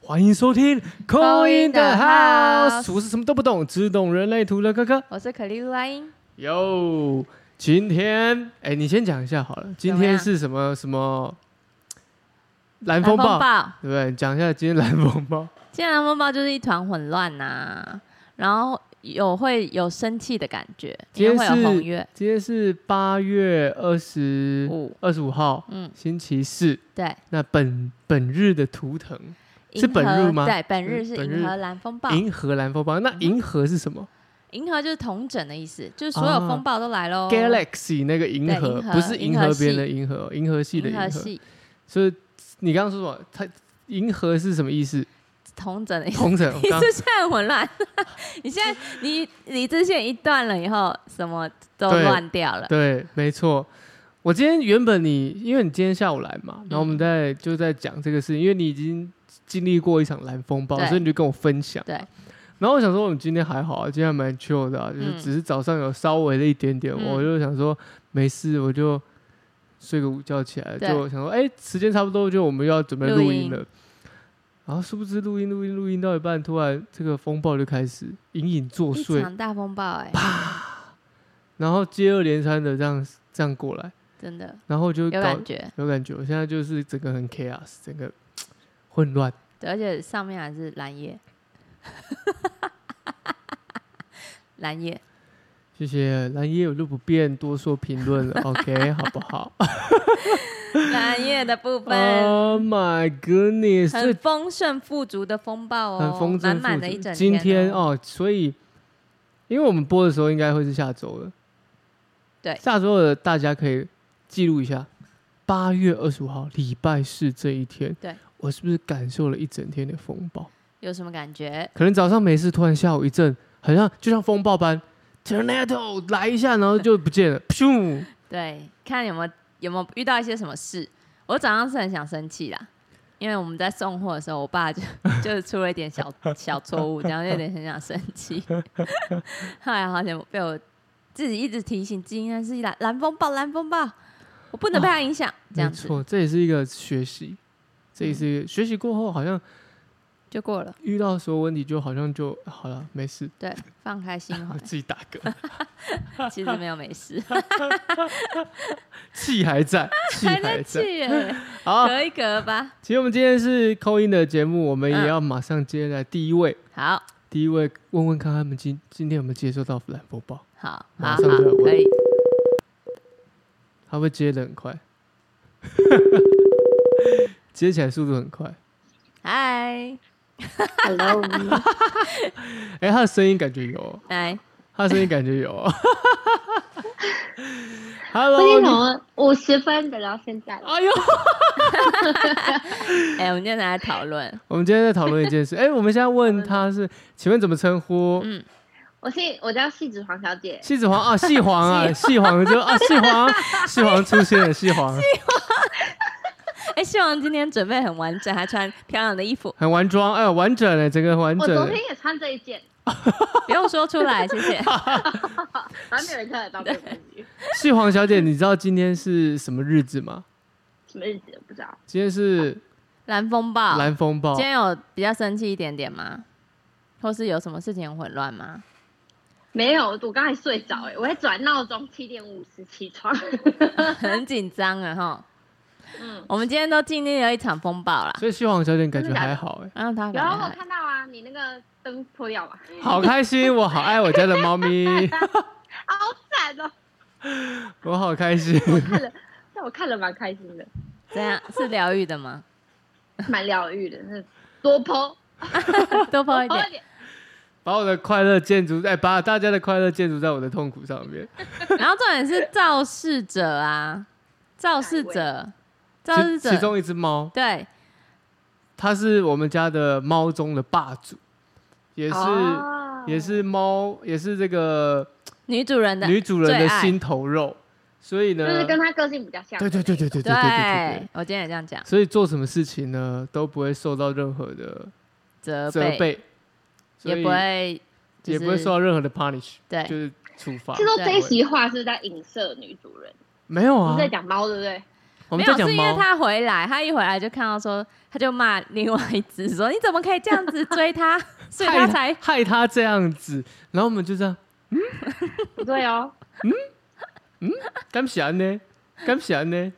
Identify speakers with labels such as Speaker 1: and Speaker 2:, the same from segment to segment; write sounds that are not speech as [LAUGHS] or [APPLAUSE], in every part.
Speaker 1: 欢迎收听《Call in the
Speaker 2: the
Speaker 1: House》，
Speaker 2: House
Speaker 1: 我是什么都不懂，只懂人类图的哥哥。
Speaker 2: 我是可丽露阿英，
Speaker 1: 哟，今天哎，你先讲一下好了，今天
Speaker 2: 样
Speaker 1: 是什么什么蓝
Speaker 2: 蓝
Speaker 1: 风暴，
Speaker 2: 暴，
Speaker 1: 对不对？讲一下今天蓝风 [LAUGHS] 暴。
Speaker 2: 现在蓝风暴就是一团混乱呐、然后有会有生气的感觉，
Speaker 1: 今
Speaker 2: 因
Speaker 1: 天
Speaker 2: 为会有红
Speaker 1: 是
Speaker 2: 月，
Speaker 1: 今天是八月二十
Speaker 2: 五
Speaker 1: 二十五号，
Speaker 2: 嗯，
Speaker 1: 星期四。
Speaker 2: 对，
Speaker 1: 那本本日的图腾，是
Speaker 2: 银
Speaker 1: 本
Speaker 2: 河
Speaker 1: 日吗
Speaker 2: 对，本日
Speaker 1: 嗯
Speaker 2: 是
Speaker 1: 本
Speaker 2: 银
Speaker 1: 日
Speaker 2: 河蓝风暴，
Speaker 1: 银河蓝风暴。那银河是什么、
Speaker 2: 银河就是统整的意思，就是所有风暴都来喽、
Speaker 1: g a l a x y 那个哦银河，
Speaker 2: 对银河
Speaker 1: 不是银河边的
Speaker 2: 银
Speaker 1: 银河，银河系的
Speaker 2: 银
Speaker 1: 银
Speaker 2: 河
Speaker 1: 河。
Speaker 2: 系
Speaker 1: 所以你刚刚说什么？它银河是什么意
Speaker 2: [LAUGHS]
Speaker 1: 思？
Speaker 2: 统整的意思。
Speaker 1: 同城，我
Speaker 2: 你是
Speaker 1: 刚
Speaker 2: 不是很混乱？ [LAUGHS] 你现在你你这线一断了以后，什么都
Speaker 1: 对
Speaker 2: 乱掉了。
Speaker 1: 对，没错。我今天原本你，因为你今天下午来嘛，然后我们
Speaker 2: 嗯
Speaker 1: 在就在讲这个事情，因为你已经经历过一场蓝风暴，
Speaker 2: 对
Speaker 1: 所以你就跟我分享。
Speaker 2: 对。
Speaker 1: 然后我想说，我们今天还好啊，今天还蛮 chill 的、啊，就是
Speaker 2: 嗯
Speaker 1: 只是早上有稍微的一点点，
Speaker 2: 嗯
Speaker 1: 我就想说没事，我就睡个午觉起来，
Speaker 2: 对
Speaker 1: 就想说，哎、时间差不多，就我们又要准备
Speaker 2: 录
Speaker 1: 录音
Speaker 2: 音
Speaker 1: 了。然后殊不知录音录音录音到一半，突然这个风暴就开始隐隐作
Speaker 2: 一
Speaker 1: 祟，
Speaker 2: 场大风暴哎、
Speaker 1: 然后接二连三的这样这样过来，
Speaker 2: 真的
Speaker 1: 然后就
Speaker 2: 有
Speaker 1: 搞
Speaker 2: 感觉。
Speaker 1: 有感觉，我现在就是整个很 chaos，整个混乱。
Speaker 2: 对，而且上面还是蓝叶，蓝叶
Speaker 1: 谢谢蓝叶，我就不便多说评
Speaker 2: [LAUGHS]
Speaker 1: 论了，OK，好不好
Speaker 2: 蓝叶的部分。
Speaker 1: ？Oh my goodness，
Speaker 2: 很
Speaker 1: 这
Speaker 2: 丰盛富足的风暴哦，
Speaker 1: 很丰
Speaker 2: 满
Speaker 1: 盛
Speaker 2: 满
Speaker 1: 富
Speaker 2: 的一整
Speaker 1: 足。今
Speaker 2: 天
Speaker 1: 天，哦，所以因为我们播的时候应该会是下周了，
Speaker 2: 对
Speaker 1: 下周的大家可以记录一下，八月二十五号礼拜四这一天，
Speaker 2: 对
Speaker 1: 我是不是感受了一整天的风暴？
Speaker 2: 有什么感觉？
Speaker 1: 可能早上没事，突然下午一阵，好像就像风暴般，tornado 来一下，然后就不见
Speaker 2: [LAUGHS]
Speaker 1: 了，噗！
Speaker 2: 对，看有没有有没有遇到一些什么事。我早上是很想生气啦，因为我们在送货的时候，我爸就 [LAUGHS] 就是出了一点小小错误，这样就有点很想生气。 [LAUGHS] 后来好像被我自己一直提醒，今天是蓝蓝风暴，蓝风暴，我不能被他影响，这
Speaker 1: 哦没
Speaker 2: 样子
Speaker 1: 错，这也是一个学习，这也是一个学习过后，好像
Speaker 2: 就过了。
Speaker 1: 遇到所有问题就好像就好了，没事，
Speaker 2: 对，放开心
Speaker 1: 我
Speaker 2: 怀，
Speaker 1: 自己打嗝，
Speaker 2: [LAUGHS]
Speaker 1: [LAUGHS]
Speaker 2: 其实没有没事，
Speaker 1: 气还在，哦气
Speaker 2: 还
Speaker 1: 还
Speaker 2: 在
Speaker 1: 在。
Speaker 2: 气耶，
Speaker 1: [LAUGHS] 好，
Speaker 2: 隔一隔吧。
Speaker 1: 其实我们今天是扣音的节目，我们也
Speaker 2: 嗯
Speaker 1: 要马上接来第一位，
Speaker 2: 好，
Speaker 1: 第一位问问看他们今今天有没有接收到蓝风暴，
Speaker 2: 好，好，
Speaker 1: 马
Speaker 2: 好
Speaker 1: 上就要问，
Speaker 2: 可以。
Speaker 1: 他会接的很快， [LAUGHS] 接起来速度很快。
Speaker 2: 嗨，
Speaker 3: [LAUGHS] Hello，
Speaker 1: 哎、他的声音感觉有哦，
Speaker 2: 来，
Speaker 1: 他的声音感觉有哦。
Speaker 3: 我已
Speaker 1: Hello，
Speaker 3: 经
Speaker 1: 你
Speaker 3: 从五十分的聊现在了，
Speaker 1: 哎呦，
Speaker 2: 哎、我们今天来讨论，
Speaker 1: 我们今天在讨论一件事。哎、我们现在问他是，请问怎么称呼？
Speaker 2: 嗯
Speaker 3: 我姓我叫戏子黄小姐，
Speaker 1: 细子黄啊，细黄啊，细黄就啊，细黄，细黄出现了，细黄
Speaker 2: [LAUGHS] 哎、希望今天准备很完整，还穿漂亮的衣
Speaker 1: [LAUGHS]
Speaker 2: 服，
Speaker 1: 很完装，哎，完整了，整个完
Speaker 3: 我
Speaker 1: 整
Speaker 3: 昨
Speaker 1: 了
Speaker 3: 天。也穿这一件，
Speaker 2: 不用说出来，
Speaker 1: [LAUGHS]
Speaker 2: 谢谢。
Speaker 3: 反正没有人看得到这个东西，
Speaker 1: 细黄小姐，你知道今天是什么日子吗？
Speaker 3: 什么日子我不知道，
Speaker 1: 今天是
Speaker 2: 蓝风暴，
Speaker 1: 蓝风暴
Speaker 2: 啊今。天有比较生气一点点吗？或是有什么事情很混
Speaker 1: [LAUGHS]
Speaker 2: 乱吗？
Speaker 3: 没有，我刚才睡着哎、我还转闹钟七点五十起床，
Speaker 1: [LAUGHS]
Speaker 2: 很紧张啊，哈。
Speaker 3: 嗯，
Speaker 2: 我们今天都经历了一场风暴啦，
Speaker 1: 所以细黄小姐感觉
Speaker 3: 真的假的
Speaker 1: 还好哎、
Speaker 2: 然后他
Speaker 3: 然后
Speaker 2: 感
Speaker 3: 我
Speaker 2: 觉
Speaker 3: 看到啊，你那个灯破掉了，
Speaker 1: 好开心，我好爱我家的猫咪，
Speaker 3: [LAUGHS] 好惨哦、
Speaker 1: 我好开心。
Speaker 3: 我看了，但我看了蛮开心的，
Speaker 2: 这样是疗愈的吗？
Speaker 3: 蛮疗愈的，是多剖
Speaker 2: 多
Speaker 3: 多
Speaker 2: 抛一
Speaker 1: [LAUGHS]
Speaker 2: 点
Speaker 3: 一，点，
Speaker 1: 把我的快乐建筑，哎，把大家的快乐建筑在我的痛苦上
Speaker 2: [LAUGHS]
Speaker 1: 面。
Speaker 2: 然后重点是肇事者啊，肇事者，肇事
Speaker 1: 其其
Speaker 2: 者，
Speaker 1: 中一只猫，
Speaker 2: 对，
Speaker 1: 它是我们家的猫中的霸主，也是、
Speaker 3: 哦
Speaker 1: 也是猫，也是这个
Speaker 2: 女主人的
Speaker 1: 女主人的
Speaker 2: 最爱
Speaker 1: 心头肉。所以
Speaker 3: 就
Speaker 1: 呢，
Speaker 3: 是跟他个性比较像，
Speaker 1: 对对对对对对对对对对
Speaker 2: 对，我今天也这样讲，
Speaker 1: 所以做什么事情呢，都不会受到任何的
Speaker 2: 责
Speaker 1: 责
Speaker 2: 备
Speaker 1: 备，所
Speaker 2: 也
Speaker 1: 以
Speaker 2: 不会，
Speaker 1: 也不会受
Speaker 2: 说
Speaker 1: 到任何的 punish，
Speaker 2: 对
Speaker 1: 就是处罚
Speaker 3: 是。说
Speaker 2: 对
Speaker 3: 这一席话是在影射女主人，
Speaker 1: 没有
Speaker 3: 不
Speaker 1: 啊
Speaker 3: 是，在讲猫对不对？
Speaker 1: 我
Speaker 2: 没
Speaker 1: 们
Speaker 2: 有
Speaker 1: 在
Speaker 2: 是
Speaker 1: 讲
Speaker 2: 因为
Speaker 1: 猫，
Speaker 2: 他回来，他一回来就看到说，他就骂另外一只说你怎么可以这样子
Speaker 1: [LAUGHS]
Speaker 2: 追他，所以
Speaker 1: 害
Speaker 2: 他才
Speaker 1: 害他这样子，然后我们就这样，
Speaker 3: 不对哦，
Speaker 1: [LAUGHS] 干啥呢？干啥呢？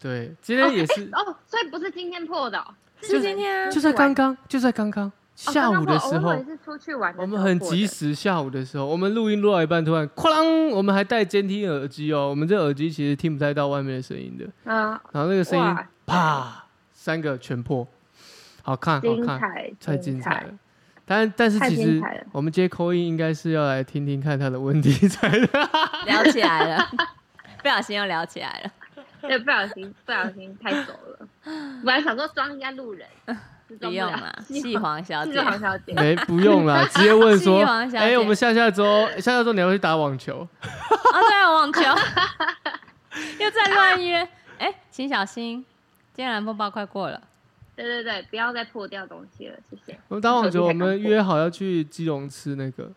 Speaker 1: 对，今天也是，
Speaker 3: [LAUGHS] 哦，所以不是今天破的、哦，
Speaker 2: 是今天啊
Speaker 1: 就在刚刚，就在刚刚下午的时
Speaker 3: 哦刚刚破
Speaker 1: 候
Speaker 3: 我以为，是出去玩的时
Speaker 1: 我
Speaker 3: 候破的，
Speaker 1: 们很及时，下午的时候，我们录音录到一半，突然哐啷，我们还戴监听耳机哦，我们这耳机其实听不太到外面的声音的，
Speaker 3: 嗯，
Speaker 1: 然后那个声音
Speaker 3: 哇
Speaker 1: 啪，三个全破，好看，好
Speaker 3: 精
Speaker 1: 看，
Speaker 3: 彩，
Speaker 1: 太精彩了。但但是
Speaker 3: 太
Speaker 1: 其
Speaker 3: 精
Speaker 1: 实
Speaker 3: 彩了
Speaker 1: 我们接口音应该是要来听听看他的问题才对。
Speaker 2: 聊起来
Speaker 1: [LAUGHS]
Speaker 2: 了，不小心又聊起来了。
Speaker 3: 对，不小心不小心太熟了，
Speaker 2: [LAUGHS]
Speaker 3: 本来想说装一下路人， [LAUGHS] 是
Speaker 2: 不
Speaker 3: 装
Speaker 2: 用
Speaker 3: 了
Speaker 2: 啦，细皇小
Speaker 3: 是
Speaker 2: 姐，
Speaker 3: 黄小
Speaker 2: [LAUGHS]
Speaker 3: 姐，
Speaker 1: 没不用啦，直接问说
Speaker 2: 西王，小
Speaker 1: 哎、
Speaker 2: 姐
Speaker 1: 我们下下周下下周你要不要去打网球？
Speaker 2: 哦，对啊，网球
Speaker 1: [LAUGHS]
Speaker 2: 又在乱约。哎、请小心，今天蓝风暴快过了，
Speaker 3: 对对对，不要再破掉东西了，谢谢。
Speaker 1: 我们打网球，
Speaker 3: 手
Speaker 1: 我
Speaker 3: 机才刚
Speaker 1: 们约好要去基隆吃那个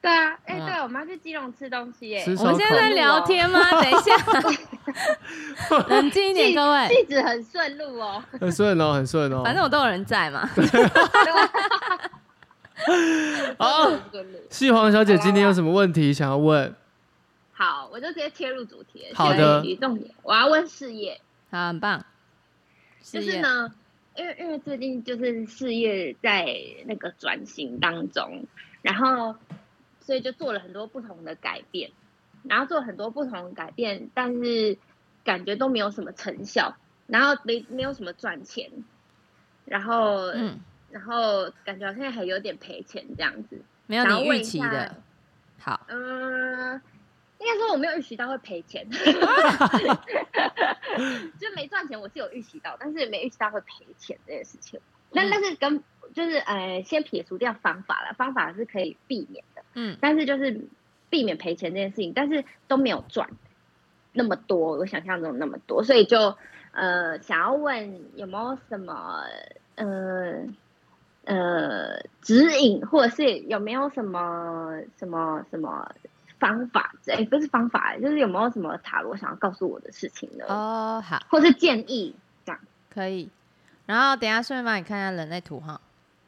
Speaker 3: 对啊，哎、
Speaker 2: 嗯
Speaker 3: 对，我们要去基隆吃东西耶、
Speaker 1: 吃
Speaker 2: 我们
Speaker 1: 烧
Speaker 2: 现在在
Speaker 1: 烤，
Speaker 2: 聊
Speaker 1: [LAUGHS]
Speaker 2: 天吗？等一下，冷静一点，各位，
Speaker 3: 地址很顺
Speaker 1: [LAUGHS]
Speaker 3: 路哦。
Speaker 1: 很顺哦，很顺哦。
Speaker 2: [LAUGHS] 反正我都有人在嘛。
Speaker 1: 好，
Speaker 3: 顺路
Speaker 1: 细黄小姐今天有什么问题想要问？
Speaker 3: 好，我就直接切入主题了。
Speaker 1: 好
Speaker 3: 切入
Speaker 1: 的
Speaker 3: 主题重点，我要问事业，
Speaker 2: 好，很棒。
Speaker 3: 就
Speaker 2: 事
Speaker 3: 是
Speaker 2: 业
Speaker 3: 呢，因为因为最近就是事业在那个转型当中，然后所以就做了很多不同的改变，然后做很多不同的改变，但是感觉都没有什么成效，然后没没有什么赚钱，然后、
Speaker 2: 嗯，
Speaker 3: 然后感觉好像还有点赔钱这样子。
Speaker 2: 没有
Speaker 3: 想要
Speaker 2: 你
Speaker 3: 问
Speaker 2: 预
Speaker 3: 一
Speaker 2: 期
Speaker 3: 下
Speaker 2: 的。好，
Speaker 3: 嗯，应该说我没有预习到会赔钱， [LAUGHS] 就没赚钱，我是有预习到，但是没预习到会赔钱这件事情。但
Speaker 2: 嗯
Speaker 3: 但是跟就是呃，先撇除掉方法了，方法是可以避免的，
Speaker 2: 嗯，
Speaker 3: 但是就是避免赔钱这件事情，但是都没有赚那么多，我想象中那么多，所以就呃，想要问有没有什么呃呃指引，或者是有没有什么什么什么方法之类，不是方法，就是有没有什么塔罗想要告诉我的事情呢？
Speaker 2: 哦，好，
Speaker 3: 或是建议？
Speaker 2: 可以。然后等一下顺便帮你看一下人类图哈，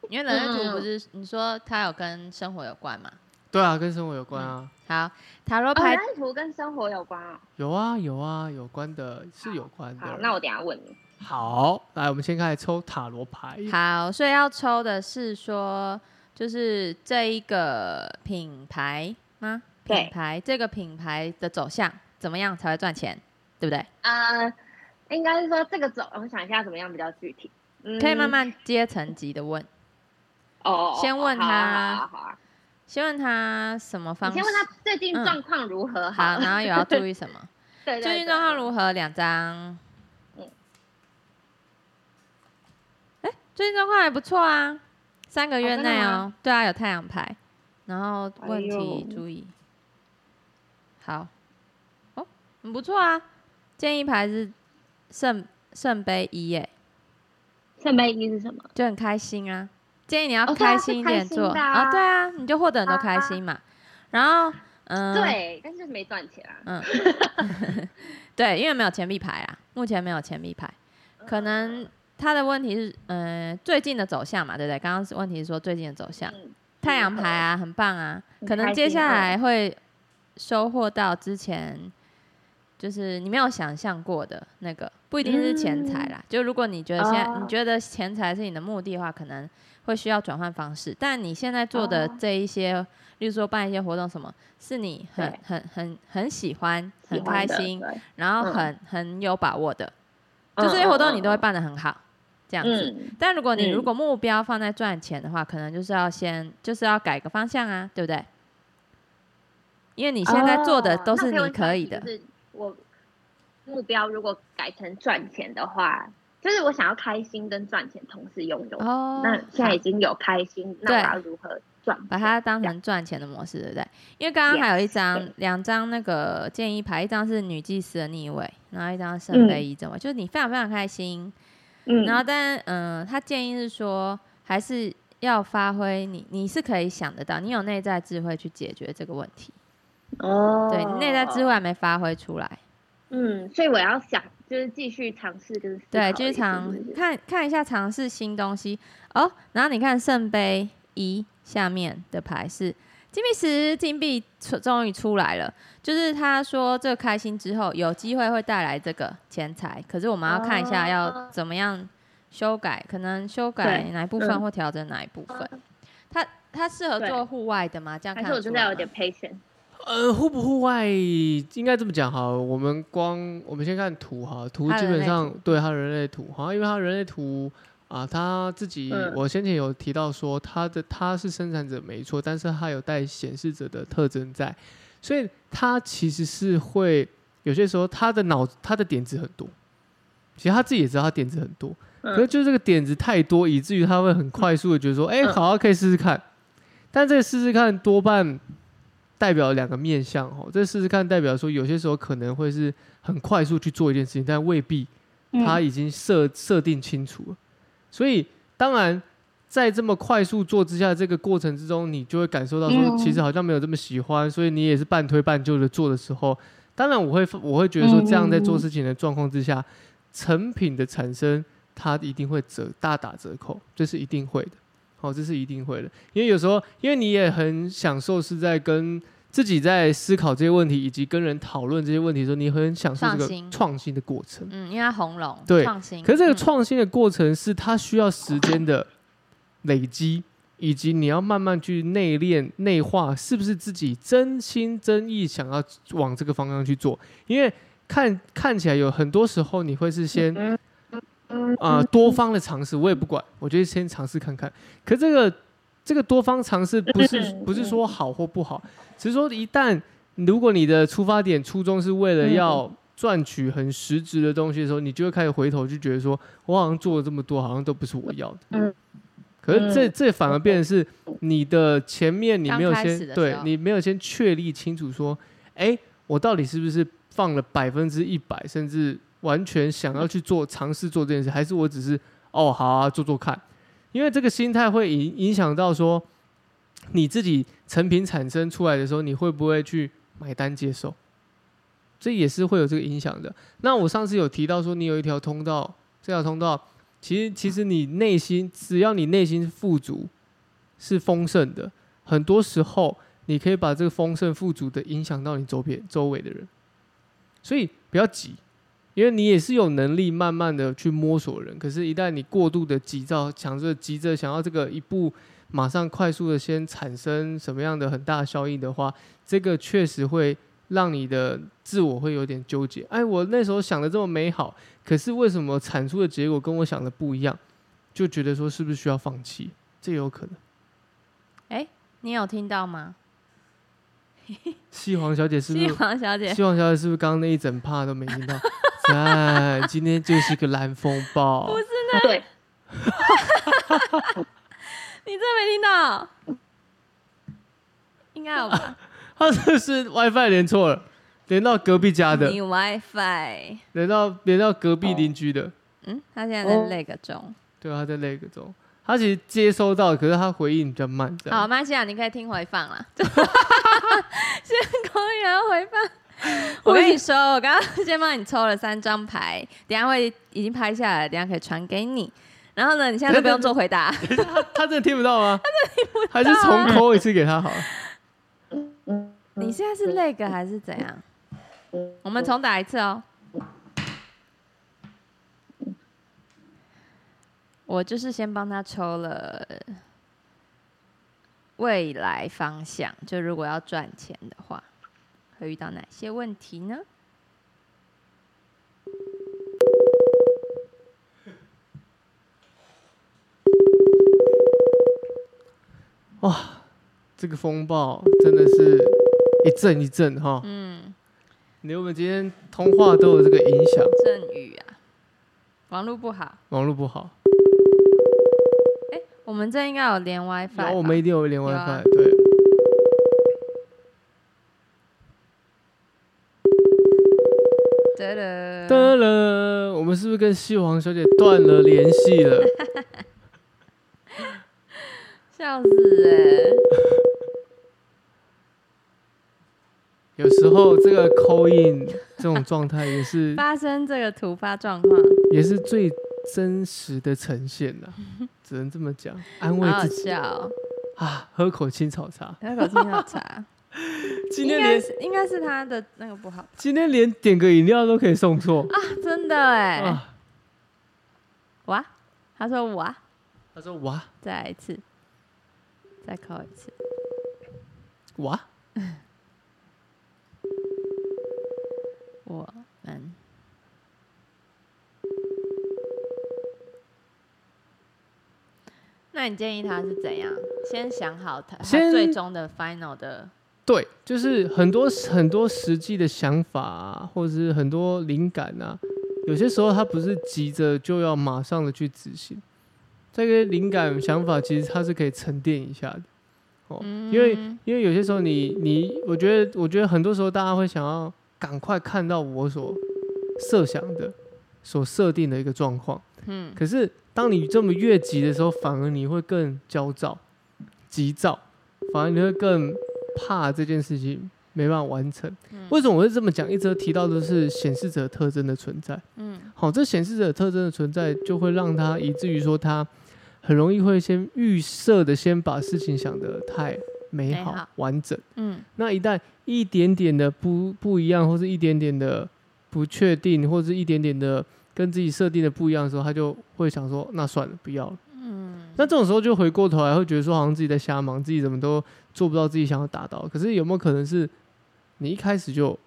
Speaker 2: 因为人类图不
Speaker 3: 嗯
Speaker 2: 是你说它有跟生活有关嘛？
Speaker 1: 对啊，跟生活有关
Speaker 2: 嗯
Speaker 1: 啊，
Speaker 2: 好，塔罗
Speaker 3: 哦，
Speaker 2: 牌
Speaker 3: 人类图跟生活有关哦。
Speaker 1: 有啊，有啊，有关的是有关
Speaker 3: 好
Speaker 1: 的，。
Speaker 3: 那我等一下问你。
Speaker 1: 好，来，我们先开始抽塔罗牌。
Speaker 2: 好，所以要抽的是说，就是这一个品牌吗？
Speaker 3: 对
Speaker 2: 品牌这个品牌的走向怎么样才会赚钱，对不对？
Speaker 3: 呃，应该是说这个走，我想一下怎么样比较具体。嗯
Speaker 2: 可以慢慢阶层级的问，
Speaker 3: 哦，
Speaker 2: 先问
Speaker 3: 好
Speaker 2: 他
Speaker 3: 啊好啊好啊
Speaker 2: 先问他什么
Speaker 3: 好
Speaker 2: 方
Speaker 3: 啊你
Speaker 2: 式
Speaker 3: 先问他最近
Speaker 2: 嗯
Speaker 3: 状况如何
Speaker 2: 好，
Speaker 3: 了
Speaker 2: 然后有要注意什么？
Speaker 3: [LAUGHS] 对对
Speaker 2: 最近
Speaker 3: 对
Speaker 2: 状况如何？两张。哎
Speaker 3: 嗯、
Speaker 2: 最近状况还不错啊，三个月
Speaker 3: 真的
Speaker 2: 内哦
Speaker 3: 吗。
Speaker 2: 对啊，有太阳牌，然后
Speaker 3: 哎
Speaker 2: 问题
Speaker 3: 呦
Speaker 2: 注意。好，哦，很不错啊。建议牌是圣圣杯一耶，
Speaker 3: 圣杯一是什么？
Speaker 2: 就很开心啊。建议你要
Speaker 3: 哦对啊
Speaker 2: 开
Speaker 3: 是
Speaker 2: 心一
Speaker 3: 开
Speaker 2: 点
Speaker 3: 心
Speaker 2: 做
Speaker 3: 的
Speaker 2: 啊、
Speaker 3: 啊
Speaker 2: 对啊，你就获得很多开
Speaker 3: 啊
Speaker 2: 心嘛。然后，嗯，
Speaker 3: 对，但是就是没赚钱啊。
Speaker 2: 嗯， [LAUGHS] 对，因为没有钱币牌啦，目前没有钱币牌，可能他的问题是，嗯、最近的走向嘛，对不对？刚刚是问题是说最近的走向，
Speaker 3: 嗯
Speaker 2: 太阳牌啊，很棒啊，
Speaker 3: 很
Speaker 2: 可能
Speaker 3: 开
Speaker 2: 接
Speaker 3: 心
Speaker 2: 下
Speaker 3: 哦
Speaker 2: 来会收获到之前就是你没有想象过的那个，不一定是钱财啦。就如果你觉得现在、你
Speaker 3: 嗯哦
Speaker 2: 觉得钱财是你的目的的话，可能会需要转换方式。但你现在做的
Speaker 3: 哦
Speaker 2: 这一些，例如说办一些活动什么，是你很
Speaker 3: 对
Speaker 2: 很很很喜欢、
Speaker 3: 喜
Speaker 2: 很开
Speaker 3: 欢的
Speaker 2: 心，
Speaker 3: 对
Speaker 2: 然后
Speaker 3: 嗯
Speaker 2: 很、很有把握的，就
Speaker 3: 嗯
Speaker 2: 这些活动
Speaker 3: 嗯
Speaker 2: 你都会
Speaker 3: 嗯
Speaker 2: 办得很好，这样子。
Speaker 3: 嗯，
Speaker 2: 但如果你
Speaker 3: 嗯
Speaker 2: 如果目标放在赚钱的话，可能就是要先就是要改个方向啊，对不对？因为你
Speaker 3: 你
Speaker 2: 现在做
Speaker 3: 哦
Speaker 2: 的都是你可以的，
Speaker 3: 就是我目标如果改成赚钱的话，就是我想要开心跟赚钱同时拥有。
Speaker 2: 哦
Speaker 3: 那现在已经有开心，那
Speaker 2: 对
Speaker 3: 我要如何赚？
Speaker 2: 把它当成赚钱的模式，对不对？因为刚刚
Speaker 3: Yes，
Speaker 2: 还有一张
Speaker 3: 对、
Speaker 2: 两张那个建议牌，一张是女祭司的逆位，然后一张是圣杯
Speaker 3: 嗯
Speaker 2: 一正位，就是你非常非常开心。
Speaker 3: 嗯，
Speaker 2: 然后但嗯、呃他建议是说，还是要发挥你，你是可以想得到，你有内在智慧去解决这个问题。
Speaker 3: 哦，
Speaker 2: 对，你内在智慧还没发挥出来，
Speaker 3: 嗯，所以我要想就是继续尝试跟思
Speaker 2: 对，
Speaker 3: 考
Speaker 2: 就是
Speaker 3: 的意思
Speaker 2: 尝
Speaker 3: 是不是
Speaker 2: 看看一下尝试新东西哦。然后你看圣杯一下面的牌是金币十，金币出终于出来了。就是他说这个开心之后有机会会带来这个钱财，可是我们要看一下要
Speaker 3: 哦
Speaker 2: 怎么样修改，可能修改哪一部分
Speaker 3: 嗯
Speaker 2: 或调整哪一部分。它它适合
Speaker 3: 对
Speaker 2: 做户外的吗？这样
Speaker 3: 还
Speaker 2: 看
Speaker 3: 是我
Speaker 2: 得出
Speaker 3: 真的
Speaker 2: 来
Speaker 3: 要有
Speaker 2: 吗
Speaker 3: 点 patient。
Speaker 1: 呃，户不户外应该这么讲好了。我们光我们先看图哈，图
Speaker 2: 它
Speaker 1: 基
Speaker 2: 人
Speaker 1: 本
Speaker 2: 类
Speaker 1: 上
Speaker 2: 图
Speaker 1: 对它人类图好像因为它人类图啊，它自己、
Speaker 3: 嗯
Speaker 1: 我先前有提到说，它的它是生产者没错，但是它有带显示者的特征在，所以它其实是会有些时候它的脑它的点子很多，其实他自己也知道他点子很多，
Speaker 3: 嗯
Speaker 1: 可是就是这个点子太多，以至于他会很快速的觉得说，哎、
Speaker 3: 嗯
Speaker 1: 好、啊，可以试试看。但这个试试看多半代表两个面向哦，这试试看代表说有些时候可能会是很快速去做一件事情，但未必
Speaker 2: 嗯
Speaker 1: 他已经设设定清楚了。所以当然，在这么快速做之下，这个过程之中，你就会感受到说，
Speaker 3: 嗯
Speaker 1: 其实好像没有这么喜欢，所以你也是半推半就的做的时候，当然我会我会觉得说，这样在做事情的状况之下，成品的产生它一定会折大打折扣，这是一定会的。好，这是一定会的，因为有时候，因为你也很享受是在跟自己在思考这些问题，以及跟人讨论这些问题的时候，你很享受这
Speaker 2: 创
Speaker 1: 个
Speaker 2: 新
Speaker 1: 创新的过程。
Speaker 2: 嗯，因为它红龙
Speaker 1: 对
Speaker 2: 创新，
Speaker 1: 可是这个
Speaker 2: 嗯
Speaker 1: 创新的过程是它需要时间的累积，以及你要慢慢去内练、内化，是不是自己真心真意想要往这个方向去做？因为看看起来有很多时候你会是先
Speaker 3: 嗯
Speaker 1: 啊、多方的尝试，我也不管，我觉得先尝试看看。可这个这个多方尝试不是
Speaker 3: 嗯
Speaker 1: 不是说好或不好，只是说一旦如果你的出发点初衷是为了要
Speaker 3: 嗯
Speaker 1: 赚取很实质的东西的时候，你就会开始回头就觉得说，我好像做了这么多，好像都不是我要的。
Speaker 3: 嗯
Speaker 1: 可是这
Speaker 3: 嗯
Speaker 1: 这反而变成是你的前面你没有
Speaker 2: 刚开始
Speaker 1: 先
Speaker 2: 的时
Speaker 1: 对
Speaker 2: 候
Speaker 1: 你没有先确立清楚说，哎，我到底是不是放了百分之一百，甚至完全想要去做尝试做这件事，还是我只是哦好啊做做看？因为这个心态会影影响到说你自己成品产生出来的时候，你会不会去买单接受？这也是会有这个影响的。那我上次有提到说，你有一条通道，这条通道其实其实你内心，只要你内心是富足，是丰盛的，很多时候你可以把这个丰盛富足的影响到你周边周围的人，所以不要急，因为你也是有能力慢慢的去摸索人。可是，一旦你过度的急躁，想着急着想要这个一步马上快速的先产生什么样的很大的效应的话，这个确实会让你的自我会有点纠结。哎，我那时候想的这么美好，可是为什么产出的结果跟我想的不一样？就觉得说是不是需要放弃？这有可能。
Speaker 2: 嗯你有听到吗？
Speaker 1: 西皇小姐是不
Speaker 2: 西
Speaker 1: 是？
Speaker 2: 皇小姐，
Speaker 1: 西皇小姐是不是刚刚那一整趴都没听到？ [LAUGHS] 赞，今天就是个蓝风暴。
Speaker 3: 对，
Speaker 2: 你真的没听到？应该有 [LAUGHS] 吧？
Speaker 1: 她是不是 WiFi 连错了？连到隔壁家的
Speaker 2: 你，WiFi，
Speaker 1: 连到连到隔壁邻居的。
Speaker 2: 嗯，他现在在
Speaker 3: 哦
Speaker 2: lag 中。
Speaker 1: 对，啊她在那个中，她其实接收到，可是她回应比较慢。这
Speaker 2: 好，
Speaker 1: 样，
Speaker 2: 马西亚，你可以听回放 [LAUGHS] 啦。先公园回放。我跟你说，我刚刚先帮你抽了三张牌，等一下会已经拍下来了，等一下可以传给你。然后呢，你现在都不用做回答，
Speaker 1: 她 [LAUGHS] [LAUGHS] 她真的听不到啊吗？还是重抠一次给她好了。
Speaker 3: 嗯，
Speaker 2: 你现在是 lag 还是怎样？我们重打一次哦。我就是先帮他抽了未来方向，就如果要赚钱的话，会遇到哪些问题呢？
Speaker 1: 这个风暴真的是一阵一阵哈。
Speaker 2: 嗯，
Speaker 1: 你我们今天通话都有这个影响，
Speaker 2: 阵雨啊，网络不好。
Speaker 1: 网络不好。
Speaker 2: 哎、我们这应该有连 WiFi 吧。
Speaker 1: 有，我们一定有连
Speaker 2: 有
Speaker 1: WiFi，、
Speaker 2: 啊
Speaker 1: 对。
Speaker 2: 得了，
Speaker 1: 得了，我们是不是跟西皇小姐断了联系 [LAUGHS] 了？
Speaker 2: 笑死哎、
Speaker 1: 有时候这个 call in 这种状态也 [LAUGHS] 是
Speaker 2: 发生这个突发状况，
Speaker 1: 也是最真实的呈现 [LAUGHS] 了，只能这么讲，安慰
Speaker 2: 好好
Speaker 1: 自己
Speaker 2: 笑、哦。
Speaker 1: 啊，喝口青草茶。
Speaker 2: 那口气好差，
Speaker 1: 今
Speaker 2: 应
Speaker 1: 天
Speaker 2: 该
Speaker 1: 连
Speaker 2: 是应该是他的那个不好吧
Speaker 1: 今天连点个饮料都可以送错
Speaker 2: 啊，真的哎，
Speaker 1: 啊！
Speaker 2: 哇，他说哇，
Speaker 1: 他说哇
Speaker 2: 再来一次，再考一次，
Speaker 1: 哇，
Speaker 2: 我们那你建议他是怎样？先想好他他
Speaker 1: 先
Speaker 2: 最终的 final 的，
Speaker 1: 对，就是很多很多实际的想法、啊，或者是很多灵感啊，有些时候他不是急着就要马上的去执行，这个灵感想法其实它是可以沉淀一下的哦，因为
Speaker 2: 嗯
Speaker 1: 因为有些时候你你，我觉得我觉得很多时候大家会想要赶快看到我所设想的、所设定的一个状况，
Speaker 2: 嗯
Speaker 1: 可是当你这么越急的时候，反而你会更焦躁、急躁，反而你会更怕这件事情没办法完成。
Speaker 2: 嗯
Speaker 1: 为什么我会这么讲？一直都提到的是显示者特征的存在。
Speaker 2: 嗯
Speaker 1: 好，这显示者特征的存在，就会让他以至于说他很容易会先预设的先把事情想得太美
Speaker 2: 美
Speaker 1: 好、
Speaker 2: 好
Speaker 1: 完整。
Speaker 2: 嗯
Speaker 1: 那一旦一点点的不不一样，或是一点点的不确定，或是一点点的跟自己设定的不一样的时候，他就会想说，那算了，不要了。
Speaker 2: 嗯，
Speaker 1: 那这种时候就回过头来会觉得说，好像自己在瞎忙，自己怎么都做不到自己想要达到。可是有没有可能是你一开始就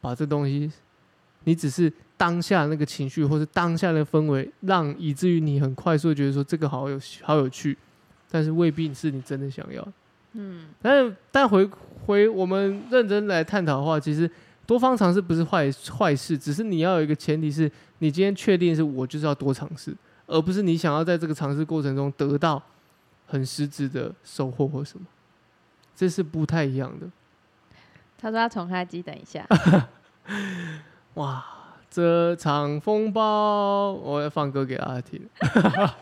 Speaker 1: 把这东西，你只是当下那个情绪或是当下的氛围，让以至于你很快速地觉得说这个好有好有趣，但是未必是你真的想要的。
Speaker 2: 嗯
Speaker 1: 但但回回我们认真来探讨的话，其实多方尝试不是坏坏事，只是你要有一个前提是你今天确定是我就是要多尝试，而不是你想要在这个尝试过程中得到很实质的收获或什么，这是不太一样的。
Speaker 2: 他说他重开机，等
Speaker 1: [LAUGHS]
Speaker 2: 一下，
Speaker 1: 哇，这场风暴，我要放歌给大家听。
Speaker 2: 好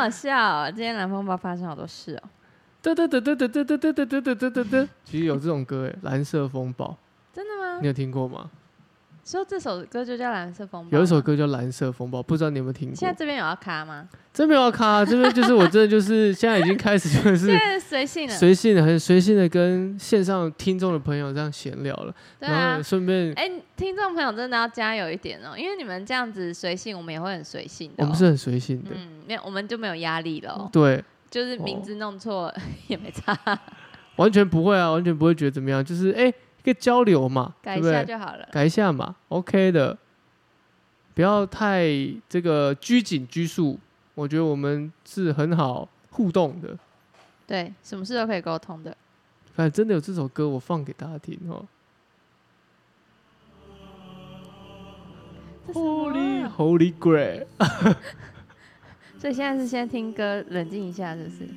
Speaker 2: 好笑哦、今天蓝风暴发生好多事哦、
Speaker 1: 嘚嘚嘚嘚嘚嘚嘚嘚嘚嘚嘚嘚嘚，其实有这种歌诶，《蓝色风暴》，
Speaker 2: 真的吗
Speaker 1: 你？有听过吗？
Speaker 2: 说这首歌就叫《蓝色风暴》吗，
Speaker 1: 有一首歌叫《蓝色风暴》，不知道你有没有听过？
Speaker 2: 现在这边有要卡吗？
Speaker 1: 这没有卡、这边就是我真的就是现在已经开始就
Speaker 2: [LAUGHS] 现
Speaker 1: 是
Speaker 2: 在随性了，
Speaker 1: 嗯随性的、很随性的跟线上听众的朋友这样闲聊了，
Speaker 2: 对
Speaker 1: 然
Speaker 2: 啊
Speaker 1: 后。顺便、
Speaker 2: 哎、听众朋友真的要加油一点哦、因为你们这样子随性，我们也会很随性的、
Speaker 1: 我
Speaker 2: 哦。
Speaker 1: 们是很嗯随性的，
Speaker 2: 嗯，没有，我们就没有压力了哦、
Speaker 1: 对，
Speaker 2: 就是名
Speaker 1: 哦
Speaker 2: 字弄错、也没差，
Speaker 1: 完全不会啊，完全不会觉得怎么样，就是哎、一个交流嘛，
Speaker 2: 改
Speaker 1: 对
Speaker 2: 一
Speaker 1: 不
Speaker 2: 下
Speaker 1: 对？
Speaker 2: 就好了。
Speaker 1: 改一下嘛，OK 的，不要太这个拘谨拘束，我觉得我们是很好互动的。
Speaker 2: 对，什么事都可以沟通的。
Speaker 1: 反正真的有这首歌，我放给大家听哦。
Speaker 2: 这什么
Speaker 1: Holy
Speaker 2: 啊
Speaker 1: Holy Grail。
Speaker 2: 所以现在是先听歌，冷静一下，是不是？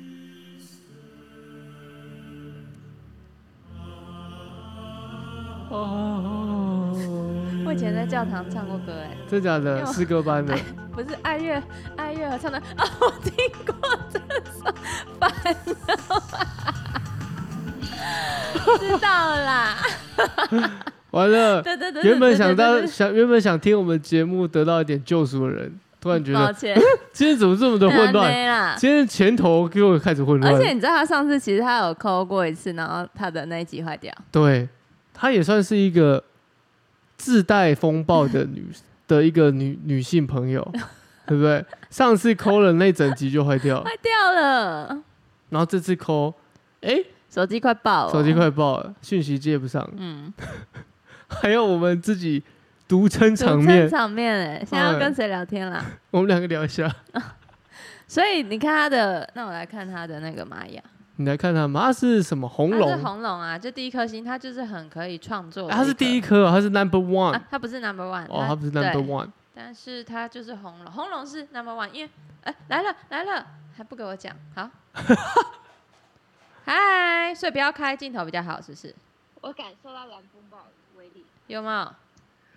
Speaker 2: 我以前在教堂唱过歌、哎，
Speaker 1: 哦真假
Speaker 2: 因为
Speaker 1: 的
Speaker 2: 我
Speaker 1: 诗歌班
Speaker 2: [LAUGHS]
Speaker 1: 的，
Speaker 2: 不是爱乐爱乐合唱的哦，我听过这首，烦了， [LAUGHS] 知道了啦。
Speaker 1: 完了。
Speaker 2: 对对对，对
Speaker 1: 原本想
Speaker 2: 对
Speaker 1: 当
Speaker 2: 对
Speaker 1: 想原本想听我们节目得到一点救赎的人，突然觉
Speaker 2: 对抱
Speaker 1: 得
Speaker 2: 歉，
Speaker 1: 今天怎 [LAUGHS] 么这么的混乱？
Speaker 2: 没啦。
Speaker 1: 今天前头给我开始混
Speaker 2: 而且
Speaker 1: 乱。
Speaker 2: 你知道他上次其实他有抠过一次，然后他的那一集坏掉。
Speaker 1: 对，她也算是一个自带风暴的女的一个女女性朋友，对不对？上次抠了那整集就坏
Speaker 2: [LAUGHS]
Speaker 1: 掉了，
Speaker 2: 坏掉了，
Speaker 1: 然后这次抠，哎，
Speaker 2: 手机快爆了，
Speaker 1: 手机快爆了，讯息接不上，
Speaker 2: 哦嗯，
Speaker 1: [LAUGHS] 还有我们自己独撑场
Speaker 2: 场
Speaker 1: 面嗯
Speaker 2: 面，场面哎，现在要跟谁聊天啦？
Speaker 1: 我们两个聊一下。 [LAUGHS]
Speaker 2: 所以你看他的，那我来看他的那个玛雅，
Speaker 1: 你来看他嘛，他是什么红
Speaker 2: 他
Speaker 1: 龙啊
Speaker 2: 是？红龙啊，就第一颗星，他就是很可以创作的个，
Speaker 1: 他是第一颗，他是 number one
Speaker 2: 啊，。他不是 number one，
Speaker 1: 哦，他不是 number
Speaker 2: 对
Speaker 1: one。
Speaker 2: 但是他就是红龙，红龙是 number one，因为哎、来了来了，还不给我讲，
Speaker 1: [LAUGHS]
Speaker 2: 好，嗨，所以不要开镜头比较好，是不是？
Speaker 3: 我感受到蓝风暴的威力。
Speaker 2: 有没有？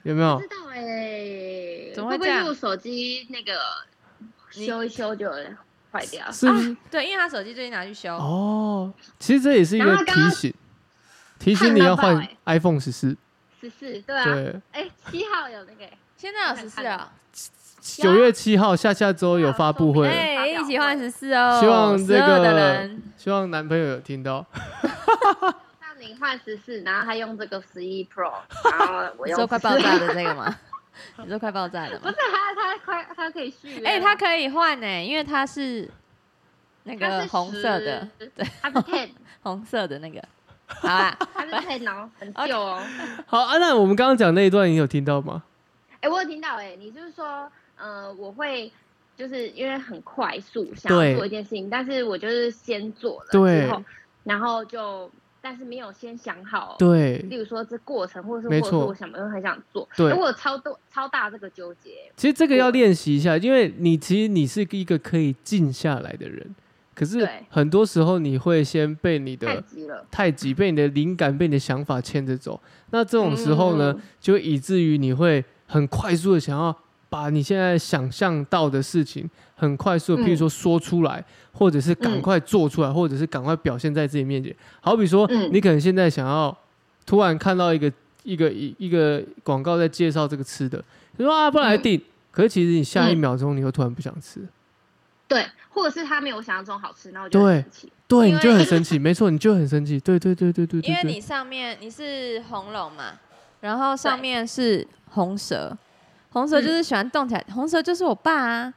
Speaker 1: 有没
Speaker 3: 不
Speaker 1: 有
Speaker 3: 知？道哎、
Speaker 2: 哦怎么会
Speaker 3: 会不
Speaker 2: 这
Speaker 3: 会
Speaker 2: 样
Speaker 3: 用手机那个
Speaker 2: 你
Speaker 3: 修一修就坏掉？
Speaker 1: 是不是
Speaker 2: 对，因为他手机最近拿去修，
Speaker 1: 哦，其实这也是一个
Speaker 3: 然后刚
Speaker 1: 提
Speaker 3: 刚
Speaker 1: 醒，提醒你要
Speaker 3: 看到
Speaker 1: 换
Speaker 3: 欸
Speaker 2: 哎
Speaker 1: iPhone 十四。
Speaker 3: 十四对啊，
Speaker 1: 对，
Speaker 3: 哎，七号有那个欸
Speaker 2: 现在有十四哦，
Speaker 1: 九月七号下下周有发布会，
Speaker 2: 哎、一起换十四哦，
Speaker 1: 希望这
Speaker 2: 12的
Speaker 1: 个
Speaker 2: 人
Speaker 1: 希望男朋友有听到。
Speaker 3: 像你换十四，然后他用这个十一 Pro，然后我
Speaker 2: 你
Speaker 3: 用
Speaker 2: 说快爆
Speaker 3: 14
Speaker 2: 炸的这
Speaker 1: [LAUGHS]
Speaker 2: 个吗？你说快爆炸的
Speaker 3: [LAUGHS] 不
Speaker 2: 吗 [LAUGHS]
Speaker 3: 是？他他快他可以续约了，
Speaker 2: 哎、他可以换呢、因为它是那
Speaker 3: 他
Speaker 2: 个
Speaker 3: 是
Speaker 2: 红色的，
Speaker 3: 10，他是 ten，
Speaker 2: 红色的那个。好啊啦，
Speaker 3: 他是 ten 哦，很旧哦。
Speaker 1: 好，安、娜，我们刚刚讲那一段，你有听到吗？
Speaker 3: 哎，我有听到哎，你就是说，呃，我会就是因为很快速想要
Speaker 1: 对
Speaker 3: 做一件事情，但是我就是先做了
Speaker 1: 对
Speaker 3: 之后，然后就但是没有先想好。例
Speaker 1: 对，
Speaker 3: 如说这过程，或者是
Speaker 1: 没
Speaker 3: 或者是
Speaker 1: 错
Speaker 3: 我想我很想做，
Speaker 1: 对
Speaker 3: 哎我有超多超大这个纠结，
Speaker 1: 其实这个要练习一下，因为你其实你是一个可以静下来的人，可是
Speaker 3: 对
Speaker 1: 很多时候你会先被你
Speaker 3: 太
Speaker 1: 的
Speaker 3: 急了。
Speaker 1: 太急，被你的灵感、被你的想法牵着走。那这种时候呢，
Speaker 3: 嗯
Speaker 1: 就会以至于你会很快速的想要把你现在想象到的事情，很快速的，
Speaker 3: 嗯
Speaker 1: 譬如说说出来，或者是
Speaker 2: 嗯
Speaker 1: 赶快做出来，或者是赶快表现在自己面前。好比说，
Speaker 3: 嗯
Speaker 1: 你可能现在想要突然看到一个一个一一个广告在介绍这个吃的，你说啊，不
Speaker 2: 嗯
Speaker 1: 然来订。可是其实你下一秒钟，你又突然不想吃，
Speaker 3: 对，或者是他没有我想象中好吃，那我就
Speaker 1: 对
Speaker 3: 很生气。
Speaker 1: 对，
Speaker 2: 因
Speaker 1: 你
Speaker 2: 为
Speaker 1: 就很生气。没错，你就很生气。对对对对对对
Speaker 2: 因为
Speaker 1: 对
Speaker 2: 你上面你是红龙嘛，然后上面是红蛇，红蛇就是喜欢动起来，红蛇就是我爸啊，